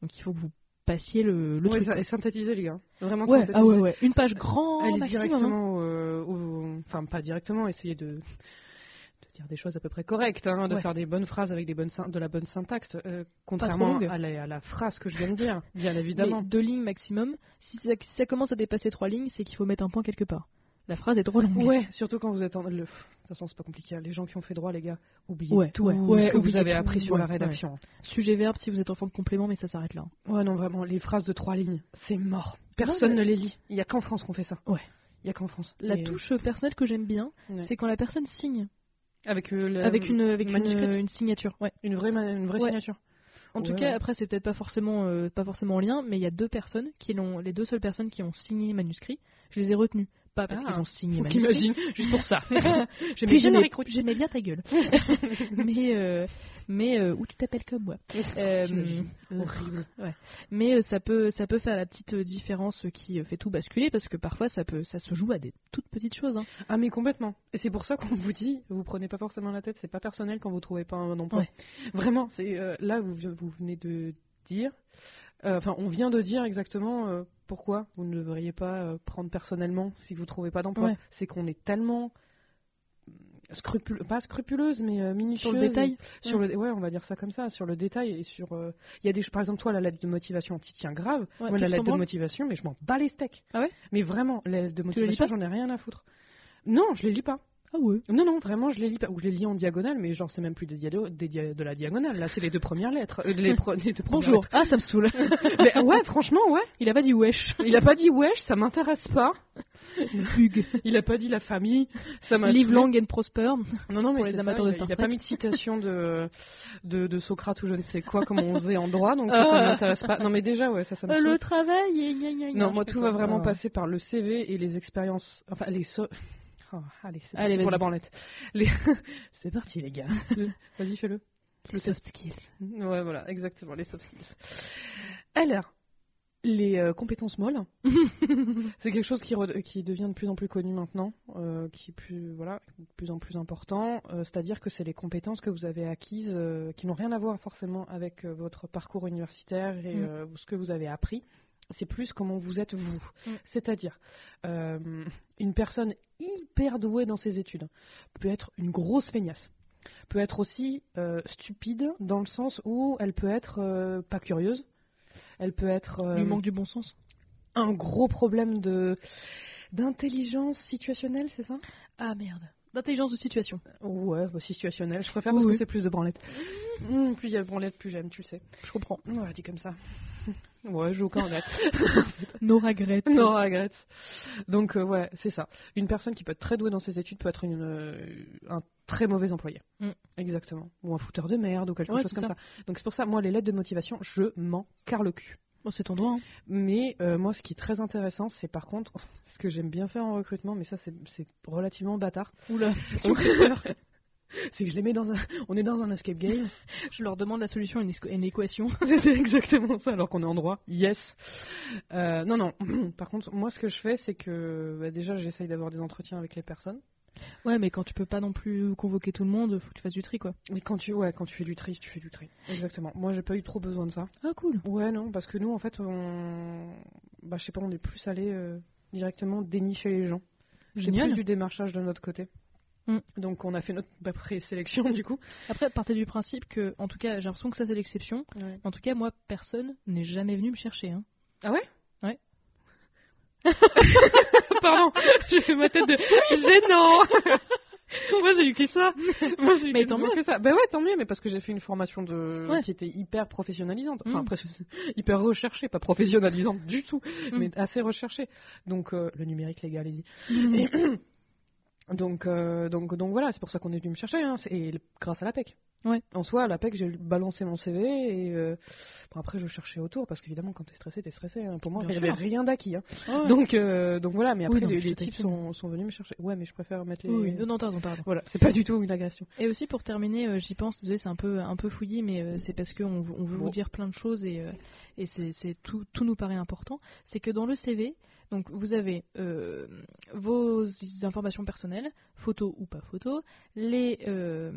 A: Donc il faut que vous passiez le, le
B: Ouais,
A: truc.
B: ça- et synthétiser les gars. Vraiment
A: Ouais,
B: synthétiser.
A: ah ouais, ouais. Une page grande,
B: Allez
A: maximum, hein.
B: directement euh, au- enfin pas directement, essayer de de dire des choses à peu près correctes, hein, de
A: Ouais.
B: faire des bonnes phrases avec des bonnes syn- de la bonne syntaxe, euh,
A: trop
B: contrairement
A: longue.
B: à la, à la phrase que je viens de dire, bien évidemment.
A: Mais deux lignes maximum. Si ça, si ça commence à dépasser trois lignes, c'est qu'il faut mettre un point quelque part. La phrase est trop longue.
B: Ouais, surtout quand vous êtes en... Le... De toute façon, c'est pas compliqué. hein. Les gens qui ont fait droit, les gars, oubliez
A: Ouais,
B: tout
A: ouais,
B: ce
A: ouais,
B: que vous
A: oubliez
B: avez
A: tout,
B: appris sur
A: ouais,
B: la rédaction.
A: Sujet verbe si vous êtes en forme de complément, mais ça s'arrête là.
B: Ouais. non, vraiment, les phrases de trois lignes, c'est mort. Personne
A: mais-
B: ne les lit. Il y a qu'en France qu'on fait ça.
A: Ouais.
B: Il y a qu'en France.
A: La
B: Et-
A: touche euh, personnelle que j'aime bien,
B: Ouais.
A: c'est quand la personne signe
B: Avec, euh, le-
A: avec une avec une,
B: manuscrite.
A: une signature. Ouais.
B: une vraie, ma- une vraie
A: Ouais.
B: signature.
A: En tout
B: Ouais,
A: cas,
B: ouais.
A: après c'est peut-être pas forcément euh, pas forcément en lien, mais il y a deux personnes qui l'ont, les deux seules personnes qui ont signé les manuscrits, je les ai retenues, pas parce
B: Ah.
A: qu'ils ont signé les
B: Donc
A: manuscrits.
B: imagine, juste pour <laughs> ça.
A: Puis
B: bien
A: j'aimais-
B: les recrues.
A: j'aimais bien ta gueule. <laughs>
B: <laughs>
A: mais euh, mais euh, où tu t'appelles comme moi. Euh,
B: T'imagines.
A: euh,
B: Horrible.
A: mais euh, ça peut ça peut faire la petite euh, différence qui euh, fait tout basculer parce que parfois ça peut ça se joue à des toutes petites choses. hein.
B: Ah mais complètement. Et c'est pour ça qu'on vous dit, vous prenez pas forcément la tête, c'est pas personnel quand vous trouvez pas un emploi.
A: Ouais.
B: Vraiment, c'est euh, là vous, vous venez de dire, euh, enfin on vient de dire exactement euh, pourquoi vous ne devriez pas euh, prendre personnellement si vous trouvez pas d'emploi.
A: Ouais.
B: C'est qu'on est tellement mm, scrupule, pas scrupuleuse mais euh,
A: Sur
B: minutieuse.
A: le détail,
B: Sur le, ouais, on va dire ça comme ça, sur le détail et sur. euh, Il y a des, par exemple, toi, la lettre de motivation, t'y tiens grave.
A: Ouais,
B: Moi,
A: tu
B: la
A: te
B: lettre de
A: branles
B: motivation, mais je m'en bats les steaks.
A: Ah ouais
B: Mais vraiment, la lettre de
A: Tu la lis
B: motivation, j'en ai rien à foutre. Non, je les lis pas.
A: Ah ouais.
B: Non, non, vraiment, je les lis pas. Ou je les lis en diagonale, mais genre, c'est même plus des diado- des dia- de la diagonale. Là, c'est les deux premières lettres. euh, les, pro- les deux premières
A: Bonjour. Ah ça me <laughs> saoule.
B: lettres. Mais ouais, franchement, ouais.
A: Il a pas dit wesh.
B: Il a pas dit wesh, ça m'intéresse pas.
A: <laughs> Hugues.
B: Il a pas dit la famille, ça m'a.
A: Live
B: saoulé.
A: long and prosper.
B: Non, non, mais
A: Pour les
B: c'est ça,
A: amateurs de
B: il a-
A: Star
B: Il n'a
A: Trek.
B: pas mis de citation de, de, de Socrate ou je ne sais quoi, comme on faisait en droit, donc ça,
A: Ah.
B: ça ne m'intéresse pas. Non, mais déjà, ouais, ça, ça me
A: Euh,
B: saoule.
A: le travail et gna
B: <laughs>
A: gna gna.
B: Non, moi, tout va
A: D'accord.
B: vraiment
A: Ah.
B: passer par le CV et les expériences. Enfin, les. so- <laughs> Oh, allez, c'est
A: Allez,
B: parti pour
A: vas-y.
B: la branlette. Les- <laughs> c'est parti, les <laughs> gars. Le- Vas-y, fais-le.
A: Les Ah, soft skills.
B: Ouais, voilà, exactement, les soft skills. Alors, les euh, compétences molles, c'est quelque chose qui, re- qui devient de plus en plus connu maintenant, euh, qui est plus, voilà, de plus en plus important, euh, c'est-à-dire que c'est les compétences que vous avez acquises euh, qui n'ont rien à voir forcément avec euh, votre parcours universitaire et
A: Mm.
B: euh, ce que vous avez appris. C'est plus comment vous êtes vous.
A: Mm.
B: C'est-à-dire, euh, une personne hyper douée dans ses études peut être une grosse feignasse peut être aussi euh, stupide dans le sens où elle peut être euh, pas curieuse, elle peut être euh,
A: Le manque du bon sens.
B: un gros problème de d'intelligence situationnelle, c'est ça
A: Ah merde. D'intelligence de situation.
B: Ouais, bah, situationnel. Je préfère parce
A: Oui.
B: que c'est plus de branlette. Mmh, plus il y a de branlette, plus j'aime, tu le sais.
A: Je comprends.
B: Ouais, dit comme ça. <laughs> Ouais, je joue aucun regret.
A: No regrets.
B: <laughs> non, regrette. Donc, euh, ouais, c'est ça. Une personne qui peut être très douée dans ses études peut être une, euh, un très mauvais employé.
A: Mm.
B: Exactement. Ou un fouteur de merde ou quelque
A: Ouais,
B: chose
A: c'est
B: comme ça.
A: ça.
B: Donc, Mmh. c'est pour ça, moi, les lettres de motivation, je m'en carre le cul.
A: Bon, c'est ton droit. hein.
B: Mais euh, moi, ce qui est très intéressant, c'est par contre, <laughs> ce que j'aime bien faire en recrutement, mais ça, c'est c'est relativement
A: <laughs>
B: bâtard.
A: Oula.
B: <laughs> c'est que je les mets dans un. <laughs> On est dans un escape game.
A: Je leur demande la solution à une, esco- à une <laughs> équation.
B: C'est exactement ça, alors qu'on est en droit. Yes. Euh, non, non. <clears throat> Par contre, moi, ce que je fais, c'est que bah, déjà, j'essaye d'avoir des entretiens avec les personnes.
A: Ouais, mais quand tu peux pas non plus convoquer tout le monde, faut que tu fasses du tri, quoi.
B: Mais quand tu, ouais, quand tu fais du tri, tu fais du tri. Exactement. Moi, j'ai pas eu trop besoin de ça.
A: Ah, cool.
B: Ouais, non, parce que nous, en fait, on, bah, je sais pas, on est plus allé euh, directement dénicher les gens. C'est
A: Génial.
B: plus du démarchage de notre côté.
A: Mm.
B: Donc, on a fait notre <laughs> bah, présélection, du coup.
A: Après, partez du principe que, en tout cas, j'ai l'impression que ça, c'est l'exception. En tout cas, moi, personne n'est jamais venu me chercher. Hein.
B: Ah ouais
A: Ouais.
B: Pardon, <laughs> j'ai fait ma tête de gênant. <laughs> Moi j'ai eu que ça. Moi j'ai eu
A: Mais
B: que-
A: tant mieux.
B: que ça. Bah ouais, tant mieux, mais parce que j'ai fait une formation de
A: Ouais.
B: qui était hyper professionnalisante, enfin
A: Mm.
B: presque- <laughs> hyper recherchée, pas professionnalisante du tout,
A: Mm.
B: mais assez recherchée. Donc euh, le numérique les gars, allez-y.
A: Et-
B: Donc euh, donc donc voilà, c'est pour ça qu'on est venu me chercher hein, c'est- et le- grâce à l'APEC.
A: Ouais.
B: En soi, à l'APEC, j'ai balancé mon CV et euh, bon, après je cherchais autour parce qu'évidemment quand t'es stressé, t'es stressé. hein. Pour moi,
A: Bien
B: il n'y avait
A: sûr.
B: rien d'acquis. hein.
A: Ouais.
B: Donc, euh, donc voilà, mais
A: Oui,
B: après
A: non,
B: les,
A: mais je
B: les
A: te
B: types
A: taquine.
B: sont, sont venus me chercher. Ouais, mais je préfère mettre les.
A: Oui, oui. Non, non, t'as raison, t'as raison.
B: Voilà, c'est pas du tout une agression.
A: Et aussi pour terminer, euh, j'y pense, désolé, c'est un peu, un peu fouillis, mais euh, c'est parce qu'on veut- on veut
B: Bon.
A: vous dire plein de choses et, euh, et c'est, c'est tout, tout nous paraît important. C'est que dans le CV, donc vous avez euh, vos informations personnelles, photos ou pas photos, les euh,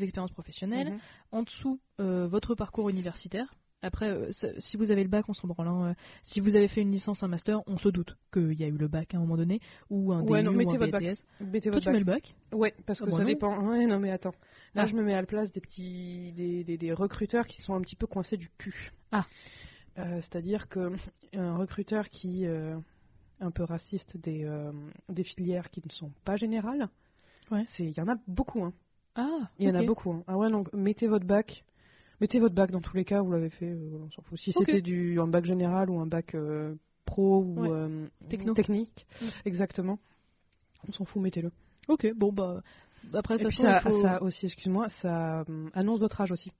A: expériences professionnelles,
B: Mhm.
A: en dessous euh, votre parcours universitaire. Après, euh, ça- si vous avez le bac, on s'en branle. hein. Euh, Si vous avez fait une licence, un master, on se doute qu'il y a eu le bac à un moment donné, ou un
B: Ouais,
A: DU,
B: non,
A: ou
B: mettez
A: un
B: votre bac.
A: BTS.
B: Mettez
A: Toi,
B: votre
A: tu mets le
B: bac.
A: bac
B: Ouais, parce que
A: Ah, moi,
B: ça
A: non.
B: dépend. Ouais, non, mais attends. Là,
A: Ah.
B: je me mets à la place des petits, des, des, des recruteurs qui sont un petit peu coincés du cul.
A: Ah.
B: Euh, C'est-à-dire que un recruteur qui euh, un peu raciste des, euh, des filières qui ne sont pas générales.
A: Ouais.
B: c'est- Il y en a beaucoup. Hein.
A: Ah,
B: Il y en a
A: ok.
B: beaucoup. hein. Ah ouais, donc mettez votre bac. Mettez votre bac dans tous les cas, vous l'avez fait, euh, voilà, on s'en fout. Si
A: Ok.
B: c'était du un bac général ou un bac euh, pro ou
A: Ouais.
B: euh,
A: Techno.
B: technique,
A: Mm.
B: exactement. On s'en fout, mettez-le.
A: Ok, bon bah après de
B: Et
A: toute
B: puis
A: façon,
B: ça,
A: il faut-
B: ça aussi, excuse-moi, ça euh, annonce votre âge aussi.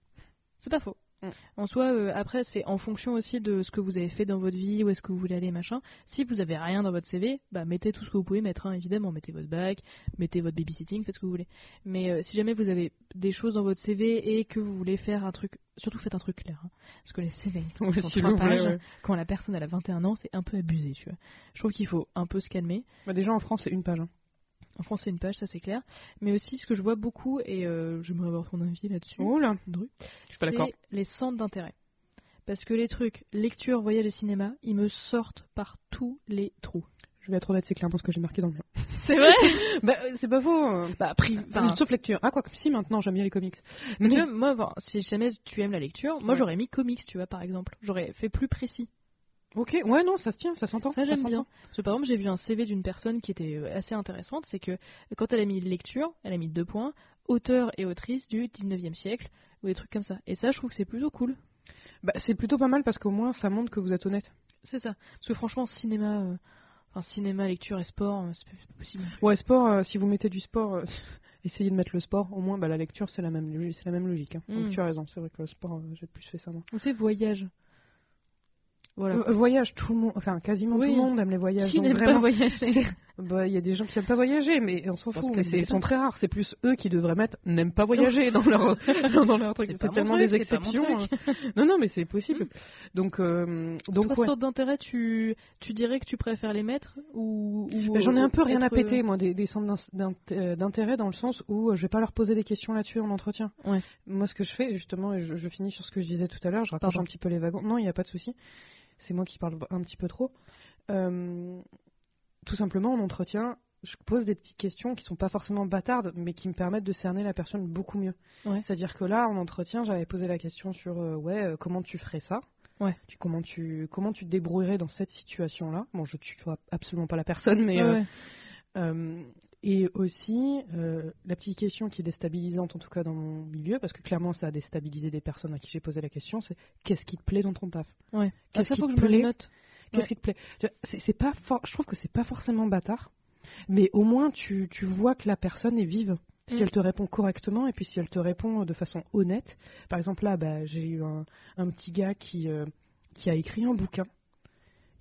A: c'est pas faux.
B: Mm.
A: En soi, euh, après c'est en fonction aussi de ce que vous avez fait dans votre vie, où est-ce que vous voulez aller, machin. Si vous avez rien dans votre CV, bah mettez tout ce que vous pouvez mettre, hein, évidemment, mettez votre bac, mettez votre babysitting, faites ce que vous voulez. Mais euh, si jamais vous avez des choses dans votre CV et que vous voulez faire un truc, surtout faites un truc clair, hein. parce que les CV ils font trois pages. Quand la personne elle a 21 ans, c'est un peu abusé, tu vois. Je trouve qu'il faut un peu se calmer.
B: Bah, déjà en France, c'est une page. hein.
A: En France, c'est une page, ça c'est clair. Mais aussi, ce que je vois beaucoup, et euh, j'aimerais avoir ton avis là-dessus,
B: Oh là,
A: Dru,
B: je suis pas d'accord.
A: c'est les centres d'intérêt. Parce que les trucs lecture, voyage et cinéma, ils me sortent par tous les trous.
B: Je vais être honnête, c'est clairement ce que j'ai marqué dans le mien.
A: C'est vrai
B: bah, euh, c'est pas faux. euh.
A: Bah, pri- enfin,
B: Sauf lecture. Ah, quoi que si, maintenant, j'aime bien les comics.
A: tu vois, moi, bon, si jamais tu aimes la lecture, moi
B: Ouais.
A: j'aurais mis comics, tu vois, par exemple. J'aurais fait plus précis.
B: Ok, ouais, non, ça se tient, ça s'entend.
A: Ah, Ça, j'aime
B: s'entend.
A: bien. Parce que, par exemple, j'ai vu un CV d'une personne qui était euh, assez intéressante, c'est que quand elle a mis lecture, elle a mis deux points, auteur et autrice du 19e siècle, ou des trucs comme ça. Et ça, je trouve que c'est plutôt cool.
B: Bah, c'est plutôt pas mal parce qu'au moins ça montre que vous êtes honnête.
A: C'est ça. Parce que franchement, cinéma, euh, enfin cinéma, lecture et sport, euh, c'est pas c'est pas possible.
B: Ouais, sport, euh, si vous mettez du sport, euh, <laughs> essayez de mettre le sport. Au moins, bah, la lecture, c'est la même, logi- c'est la même logique. hein.
A: Mm.
B: Donc tu as raison, c'est vrai que le sport, euh, j'ai plus fait ça. moi.
A: Ou c'est voyage. Voilà.
B: Euh, euh, voyage, tout le monde, enfin quasiment
A: Oui.
B: tout le monde aime les voyages.
A: Qui
B: donc
A: n'aime pas
B: vraiment, <laughs>
A: voyager
B: bah, il y a des gens qui n'aiment pas voyager, mais on s'en
A: Parce
B: fout.
A: que
B: Mais
A: c'est
B: c'est-
A: des
B: ils sont très rares. C'est plus eux qui devraient mettre n'aiment pas voyager dans leur dans leur truc.
A: <laughs> C'est pas
B: C'est
A: mon
B: tellement
A: truc,
B: des
A: c'est pas mon
B: exceptions. hein. <laughs> Non, non, mais c'est possible. Donc euh, donc
A: Trois
B: ouais.
A: sortes d'intérêt, tu, tu dirais que tu préfères les mettre ou, ou-
B: Bah, J'en ai un
A: ou
B: peu rien à
A: être- euh,
B: péter, moi, des, des centres d'in- d'int- euh, d'intérêt dans le sens où euh, je vais pas leur poser des questions là-dessus en entretien.
A: Ouais.
B: Moi, ce que je fais, justement, et je, je finis sur ce que je disais tout à l'heure, je rapproche
A: Pardon.
B: un petit peu les wagons. Non, il n'y a pas de souci. C'est moi qui parle un petit peu trop. Euh, tout simplement, en entretien, je pose des petites questions qui sont pas forcément bâtardes, mais qui me permettent de cerner la personne beaucoup mieux.
A: Ouais.
B: C'est-à-dire que là, en entretien, j'avais posé la question sur euh, ouais, euh, comment tu ferais ça
A: Ouais.
B: Tu, comment, tu, comment tu te débrouillerais dans cette situation-là Bon, je ne vois absolument pas la personne, mais
A: Ah Ouais,
B: euh,
A: ouais.
B: euh, Et aussi, euh, la petite question qui est déstabilisante, en tout cas dans mon milieu, parce que clairement ça a déstabilisé des personnes à qui j'ai posé la question, c'est qu'est-ce qui te plaît dans ton taf
A: Ouais. Ah,
B: Qu'est-ce
A: ça,
B: qui
A: faut
B: te
A: que je me le
B: plaît
A: note.
B: Qu'est-ce
A: Ouais.
B: qui te plaît Tu vois, c'est, c'est pas for- Je trouve que c'est pas forcément bâtard, mais au moins tu, tu vois que la personne est vive. Si
A: Mm.
B: elle te répond correctement et puis si elle te répond de façon honnête. Par exemple, là, bah, j'ai eu un, un petit gars qui, euh, qui a écrit un bouquin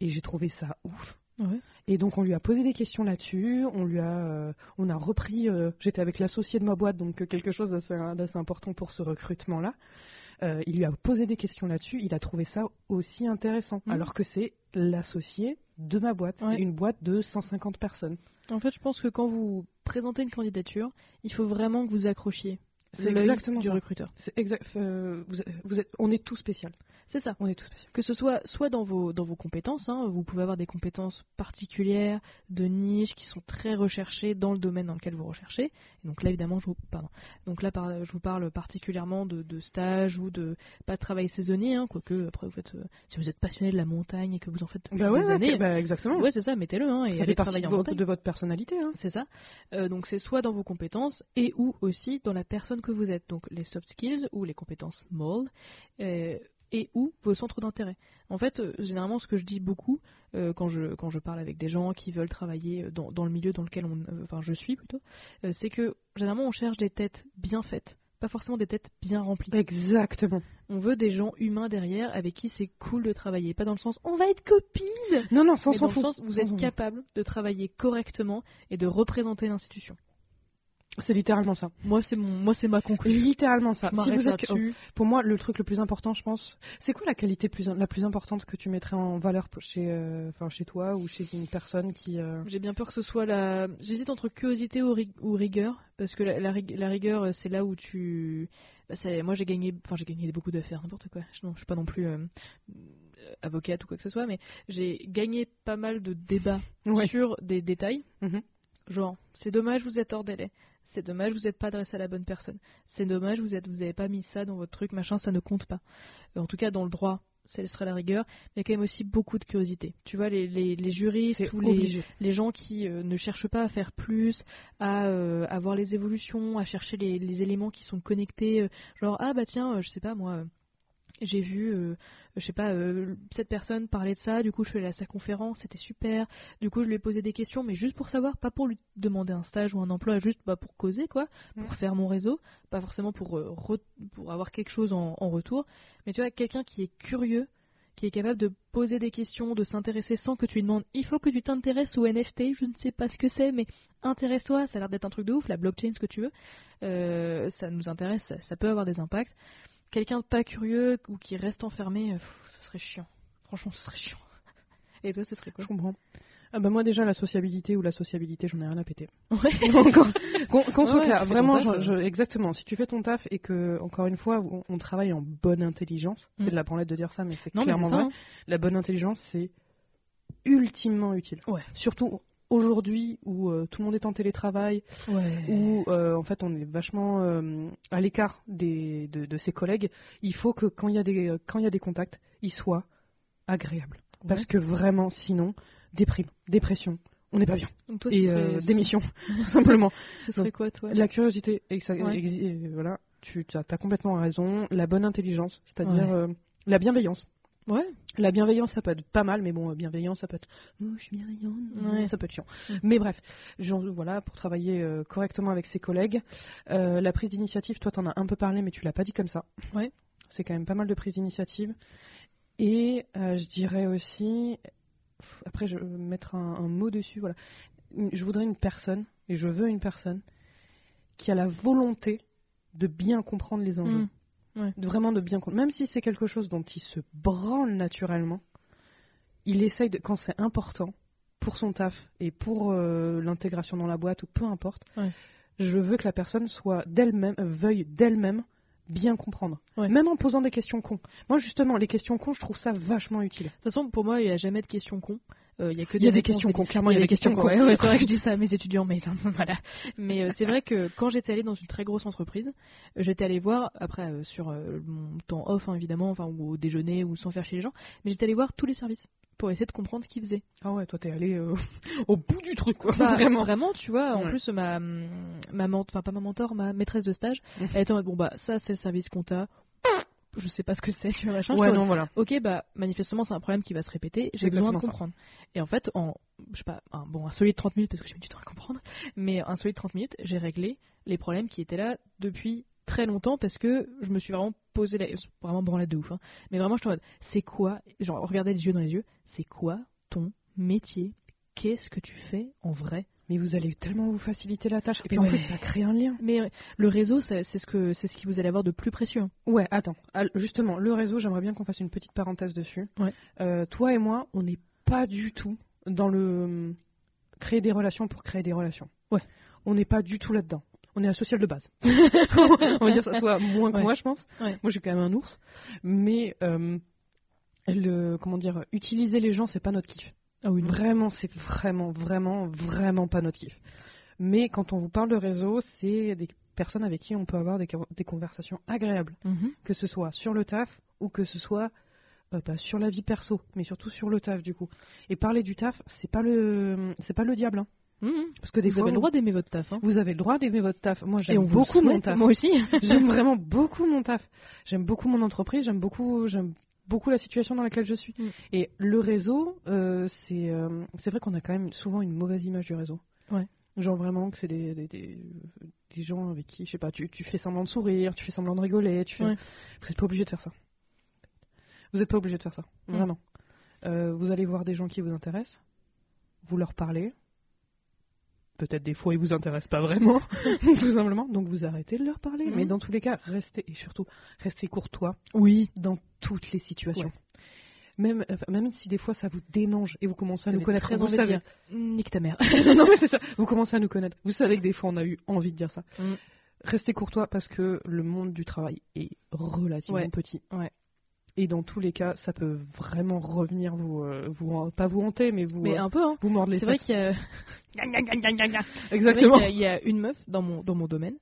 B: et j'ai trouvé ça ouf.
A: Ouais.
B: Et donc on lui a posé des questions là-dessus, on lui a, euh, on a repris. euh, J'étais avec l'associé de ma boîte, donc euh, quelque chose d'assez d'assez important pour ce recrutement-là. Euh, il lui a posé des questions là-dessus, il a trouvé ça aussi intéressant,
A: Mhm.
B: alors que c'est l'associé de ma boîte,
A: Ouais.
B: une boîte de 150 personnes.
A: En fait, je pense que quand vous présentez une candidature, il faut vraiment que vous accrochiez
B: C'est
A: l'œil
B: exactement
A: du
B: ça.
A: recruteur.
B: C'est exact. euh, vous, vous êtes, on est tout spécial.
A: C'est ça.
B: On est tout spécial.
A: Que ce soit soit dans vos, dans vos compétences, hein, vous pouvez avoir des compétences particulières, de niche, qui sont très recherchées dans le domaine dans lequel vous recherchez. Et donc là, évidemment, je vous, pardon. Donc là, par- je vous parle particulièrement de, de stage ou de pas de travail saisonnier, hein, quoique après, vous faites, euh, si vous êtes passionné de la montagne et que vous en faites depuis
B: Bah ouais,
A: des
B: ouais,
A: années,
B: bah exactement.
A: ouais, c'est ça, mettez-le hein, et
B: ça
A: allez
B: fait partie
A: travailler
B: de,
A: en
B: vo-
A: montagne.
B: de votre personnalité. hein.
A: C'est ça. Euh, donc c'est soit dans vos compétences et ou aussi dans la personne que vous êtes. Donc les soft skills ou les compétences mold euh, et ou vos centres d'intérêt. En fait, euh, généralement, ce que je dis beaucoup euh, quand, je, quand je parle avec des gens qui veulent travailler dans, dans le milieu dans lequel on, euh, enfin, je suis plutôt, euh, c'est que généralement on cherche des têtes bien faites, pas forcément des têtes bien remplies.
B: Exactement.
A: On veut des gens humains derrière avec qui c'est cool de travailler, pas dans le sens on va être copies
B: Non, non, ça, on
A: mais dans
B: s'en
A: le
B: fout.
A: sens, vous
B: On s'en
A: êtes
B: fout.
A: capable de travailler correctement et de représenter l'institution.
B: C'est littéralement ça.
A: Moi, c'est mon, moi, c'est ma conclusion.
B: Littéralement ça.
A: Je
B: Si
A: m'arrête
B: vous êtes-
A: là-dessus.
B: Pour moi, le truc le plus important, je pense, c'est quoi la qualité plus, la plus importante que tu mettrais en valeur pour- chez, euh, enfin, chez toi ou chez une personne qui. euh,
A: J'ai bien peur que ce soit la. J'hésite entre curiosité ou, rig- ou rigueur, parce que la, la rig- la rigueur, euh, c'est là où tu. bah, c'est- moi, j'ai gagné, enfin, j'ai gagné beaucoup d'affaires, n'importe quoi. Je, non, je suis pas non plus euh, euh, avocate ou quoi que ce soit, mais j'ai gagné pas mal de débats
B: Ouais.
A: sur des détails.
B: Mhm.
A: Genre, c'est dommage, vous êtes hors délai. C'est dommage, vous n'êtes pas adressé à la bonne personne. C'est dommage, vous n'avez vous avez pas mis ça dans votre truc, machin, ça ne compte pas. Euh, En tout cas, dans le droit, ce serait la rigueur. Il y a quand même aussi beaucoup de curiosité. Tu vois, les, les, les juristes,
B: C'est
A: tous les,
B: obligé.
A: les gens qui euh, ne cherchent pas à faire plus, à, euh, à voir les évolutions, à chercher les, les éléments qui sont connectés, euh, genre ah bah tiens, euh, je sais pas moi. euh, j'ai vu, euh, je sais pas, euh, cette personne parler de ça, du coup je suis allée à sa conférence, c'était super, du coup je lui ai posé des questions, mais juste pour savoir, pas pour lui demander un stage ou un emploi, juste bah, pour causer quoi, pour
B: Mhm.
A: faire mon réseau, pas forcément pour, euh, re- pour avoir quelque chose en, en retour, mais tu vois, quelqu'un qui est curieux, qui est capable de poser des questions, de s'intéresser sans que tu lui demandes il faut que tu t'intéresses au NFT, je ne sais pas ce que c'est, mais intéresse-toi, ça a l'air d'être un truc de ouf, la blockchain, ce que tu veux, Euh, ça nous intéresse, ça, ça peut avoir des impacts. Quelqu'un de pas curieux ou qui reste enfermé, euh, pff, ce serait chiant. Franchement, ce serait chiant. <laughs> Et toi, ce serait quoi
B: Je comprends. Ah bah moi déjà la sociabilité ou la sociabilité j'en ai rien à <laughs> péter.
A: Ouais.
B: Qu'on qu'on- qu'on soit
A: Ouais,
B: clair,
A: tu fais ton
B: vraiment
A: taf,
B: je-
A: euh.
B: je- exactement. Si tu fais ton taf et que encore une fois on, on travaille en bonne intelligence,
A: Mm.
B: c'est de la branlette de dire ça mais c'est
A: Non, mais c'est
B: clairement
A: ça.
B: vrai.
A: hein.
B: La bonne intelligence c'est ultimement utile.
A: Ouais.
B: Surtout aujourd'hui où euh, tout le monde est en télétravail,
A: hein. Ouais.
B: où euh, en fait on est vachement euh, à l'écart des, de, de ses collègues, il faut que quand il y a des, quand il y a des contacts, ils soient agréables. Parce
A: Ouais.
B: que vraiment, sinon, déprime, dépression, on n'est pas bien.
A: Donc toi, ce
B: Et
A: serait,
B: euh, démission, <laughs> tout simplement.
A: ce serait quoi, toi
B: La curiosité, et ça-
A: Ouais.
B: exi- et voilà, tu as, complètement raison. La bonne intelligence, c'est-à-dire
A: Ouais.
B: euh, la bienveillance.
A: Ouais.
B: La bienveillance, ça peut être pas mal, mais bon, euh, bienveillance, ça peut être. Oh, je suis bienveillante,
A: Ouais.
B: ça peut être chiant.
A: Ouais.
B: Mais bref, genre, voilà, pour travailler euh, correctement avec ses collègues. Euh, la prise d'initiative, toi, t'en as un peu parlé, mais tu l'as pas dit comme ça.
A: Ouais.
B: C'est quand même pas mal de prise d'initiative. Et euh, je dirais aussi. Pff, Après, je vais mettre un, un mot dessus, voilà. Une- Je voudrais une personne, et je veux une personne, qui a la volonté de bien comprendre les enjeux
A: Hmm.
B: de- vraiment de bien compte. Même si c'est quelque chose dont il se branle naturellement, il essaye de, quand c'est important pour son taf et pour euh, l'intégration dans la boîte ou peu importe.
A: Ouais.
B: Je veux que la personne soit d'elle-même euh, veuille d'elle-même bien comprendre,
A: Ouais.
B: même en posant des questions cons. Moi justement, les questions cons, je trouve ça vachement utile.
A: De toute façon, pour moi, il n'y a jamais de questions cons. Euh, il y a que
B: Il y a des
A: réponses
B: questions cons, clairement,
A: Il y a des questions cons. Ouais,
B: <laughs>
A: ouais, c'est vrai que je dis ça à mes étudiants, mais <laughs> voilà. Mais euh, c'est vrai que quand j'étais allée dans une très grosse entreprise, euh, j'étais allée voir, après euh, sur euh, mon temps off hein, évidemment, enfin ou au déjeuner ou sans faire chez les gens, mais j'étais allée voir tous les services. pour essayer de comprendre ce qu'il faisait.
B: Ah ouais, toi t'es allé euh, <laughs> au bout du truc, quoi.
A: Bah,
B: <laughs> vraiment.
A: tu vois. En
B: Ouais.
A: plus, ma, mm, ma ment- enfin pas ma mentor, ma maîtresse de
B: <laughs>
A: stage,
B: Mhm.
A: elle était en mode bon bah ça c'est le service compta. Je sais pas ce que c'est, tu vois machin.
B: Ouais,
A: J'étais en
B: non, voilà.
A: mode, Ok, bah manifestement c'est un problème qui va se répéter.
B: C'est
A: J'ai besoin de
B: exactement ça.
A: comprendre. Et en fait, en je sais pas, un, bon un solide 30 minutes parce que j'ai mis du temps à comprendre, mais un solide 30 minutes, j'ai réglé les problèmes qui étaient là depuis très longtemps parce que je me suis vraiment posé la vraiment branlée de ouf. hein. Mais vraiment, je suis en mode, c'est quoi Genre, regardez les yeux dans les yeux. C'est quoi ton métier Qu'est-ce que tu fais en vrai
B: Mais vous allez tellement vous faciliter la tâche. Et puis en
A: Ouais.
B: plus, ça crée un lien.
A: Mais euh, le réseau, ça- c'est ce que c'est ce qui vous allez avoir de plus précieux. hein.
B: Ouais, attends. Al- Justement, le réseau, j'aimerais bien qu'on fasse une petite parenthèse dessus.
A: Ouais.
B: Euh, toi et moi, on n'est pas du tout dans le hum, créer des relations pour créer des relations.
A: Ouais.
B: On n'est pas du tout là-dedans. On est un social
A: <laughs>
B: de base. on va dire ça, toi, moins que
A: Ouais.
B: moi, je pense.
A: Ouais.
B: Moi, je suis quand même un ours. Mais, euh, le, comment dire, utiliser les gens, c'est pas notre kiff.
A: Ah oui,
B: Vraiment, c'est vraiment, vraiment, vraiment pas notre kiff. Mais quand on vous parle de réseau, c'est des personnes avec qui on peut avoir des, des conversations agréables, que ce soit sur le taf ou que ce soit euh, bah, sur la vie perso, mais surtout sur le taf du coup. Et parler du taf, c'est pas le, c'est pas le diable, hein. parce que des
A: Vous
B: fois,
A: avez le droit d'aimer votre taf. hein.
B: vous avez le droit d'aimer votre taf. Moi,
A: Et on
B: j'aime
A: vous le
B: beaucoup mon
A: souhaite,
B: taf.
A: Moi aussi.
B: J'aime vraiment beaucoup mon taf. J'aime beaucoup mon entreprise. J'aime beaucoup, j'aime beaucoup la situation dans laquelle je suis.
A: Mm.
B: Et le réseau, euh, c'est, euh, c'est vrai qu'on a quand même souvent une mauvaise image du réseau.
A: Ouais.
B: Genre vraiment que c'est des, des, des, des gens avec qui, je sais pas, tu, tu fais semblant de sourire, tu fais semblant de rigoler, tu fais...
A: Ouais.
B: Vous n'êtes pas obligé de faire ça. Vous n'êtes pas obligé de faire ça.
A: Mm.
B: Vraiment. Euh, vous allez voir des gens qui vous intéressent. Vous leur parlez. Peut-être des fois ils vous intéressent
A: <laughs>
B: pas vraiment, <laughs> tout simplement. Donc vous arrêtez de leur parler.
A: Mhm.
B: Mais dans tous les cas, restez et surtout restez courtois
A: Oui.
B: dans toutes les situations.
A: Ouais.
B: Même, euh, même si des fois ça vous démange et vous commencez à nous connaître,
A: très
B: vous
A: envie de
B: savez-
A: dire. <laughs> Nique ta mère.
B: <laughs> non mais c'est ça. Vous commencez à nous connaître. Vous savez que des fois on a eu envie de dire ça.
A: Mhm.
B: Restez courtois parce que le monde du travail est relativement
A: Ouais.
B: petit.
A: Ouais.
B: Et dans tous les cas, ça peut vraiment revenir vous, euh, vous pas vous hanter, mais vous,
A: Mais
B: euh,
A: un peu. Hein.
B: vous mordre les
A: C'est vrai
B: <laughs> fesses.
A: qu'il y a c'est vrai
B: Exactement.
A: qu'il y a- il y a une meuf dans mon dans mon domaine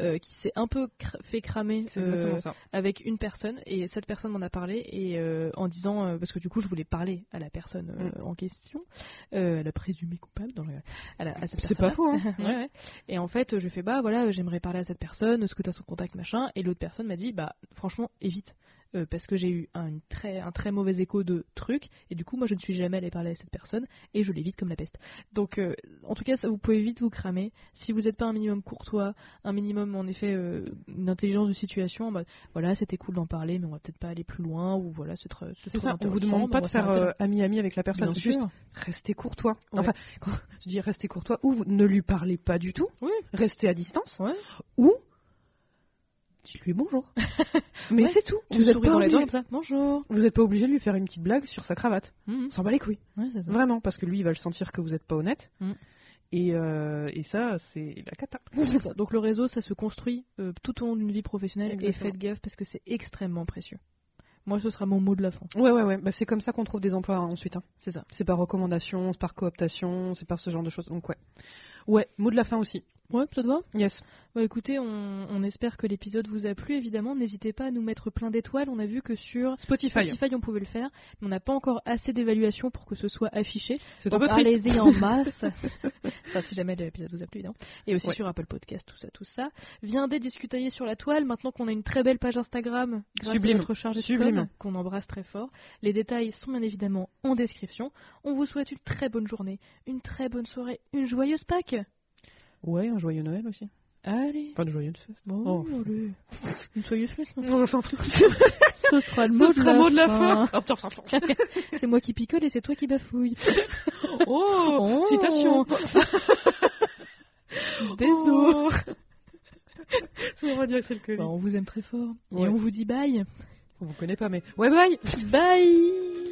A: euh, qui s'est un peu cr- fait cramer
B: C'est
A: euh,
B: exactement ça.
A: avec une personne et cette personne m'en a parlé et euh, en disant euh, parce que du coup je voulais parler à la personne
B: Mm.
A: euh, en question euh, à la présumée coupable dans le- à, la- à cette
B: C'est pas
A: personne
B: faux. Hein.
A: <laughs> Ouais, ouais. Et en fait, je fais bah voilà, euh, j'aimerais parler à cette personne, est-ce que t'as son contact machin Et l'autre personne m'a dit bah franchement évite Euh, parce que j'ai eu un une très un très mauvais écho de truc et du coup moi je ne suis jamais allée parler à cette personne et je l'évite comme la peste. Donc euh, en tout cas, ça, vous pouvez vite vous cramer si vous n'êtes pas un minimum courtois, un minimum en effet euh, une intelligence de situation. en mode, voilà, c'était cool d'en parler, mais on va peut-être pas aller plus loin ou voilà, c'est très c'est
B: C'est
A: trop
B: ça, on vous
A: intéressant,
B: demande pas
A: mais
B: de
A: on va
B: faire
A: un
B: euh, ami-ami avec la
A: tel-
B: personne,
A: Bien
B: juste
A: sûr.
B: restez courtois.
A: Ouais.
B: Enfin, quand je dis restez courtois, ou vous ne lui parlez pas du tout,
A: Oui.
B: restez à distance,
A: Ouais.
B: ou dites-lui <laughs> bonjour. Mais
A: Ouais.
B: c'est tout.
A: Tu
B: vous n'êtes
A: souris
B: pas,
A: dans les
B: obligé-
A: dents comme ça. Bonjour.
B: vous êtes pas obligé de lui faire une petite blague sur sa cravate.
A: Mhm.
B: On s'en bat les couilles.
A: Ouais, c'est ça.
B: Vraiment, parce que lui, il va le sentir que vous n'êtes pas honnête.
A: Mm.
B: Et, euh, et ça, c'est la cata.
A: C'est ça. Donc le réseau, ça se construit euh, tout au long d'une vie professionnelle
B: Exactement.
A: et faites gaffe parce que c'est extrêmement précieux. Moi, ce sera mon mot de la fin.
B: Ouais, ouais, ouais. Bah, c'est comme ça qu'on trouve des emplois hein, ensuite. hein.
A: C'est ça.
B: C'est par recommandation, c'est par cooptation, c'est par ce genre de choses. Donc, ouais. Ouais, mot de la fin aussi.
A: Ouais, ça te va
B: Yes.
A: Bah écoutez, on, on espère que l'épisode vous a plu. Évidemment, n'hésitez pas à nous mettre plein d'étoiles. On a vu que sur
B: Spotify.
A: Spotify, on pouvait le faire, mais on n'a pas encore assez d'évaluations pour que ce soit affiché.
B: C'est un
A: Donc
B: peu triste.
A: allez-y en
B: <laughs>
A: masse. enfin, si jamais l'épisode vous a plu, évidemment. Et aussi
B: Ouais.
A: sur Apple Podcast, tout ça, tout ça. Viendez discutailler sur la toile. Maintenant qu'on a une très belle page Instagram, grâce
B: Sublime.
A: à notre chargé de
B: Sublime.
A: com, qu'on embrasse très fort. Les détails sont bien évidemment en description. On vous souhaite une très bonne journée, une très bonne soirée, une joyeuse Pâques.
B: Ouais, un joyeux Noël aussi.
A: Allez.
B: Pas de joyeux fête.
A: Bon,
B: Oh.
A: allez. Une joyeuse fête. hein.
B: On s'en fout.
A: Ce sera le
B: Ce
A: mot,
B: sera
A: de, la
B: <laughs> mot de la
A: fin.
B: fin. Oh, putain, on s'en fout.
A: <laughs> C'est moi qui picole et c'est toi qui bafouille.
B: Oh,
A: Oh.
B: <laughs> citation.
A: Désolé.
B: Oh. On va dire que c'est le Covid.
A: Bah, on vous aime très fort.
B: Ouais.
A: Et on vous dit bye.
B: On vous connaît pas, mais ouais, bye.
A: Bye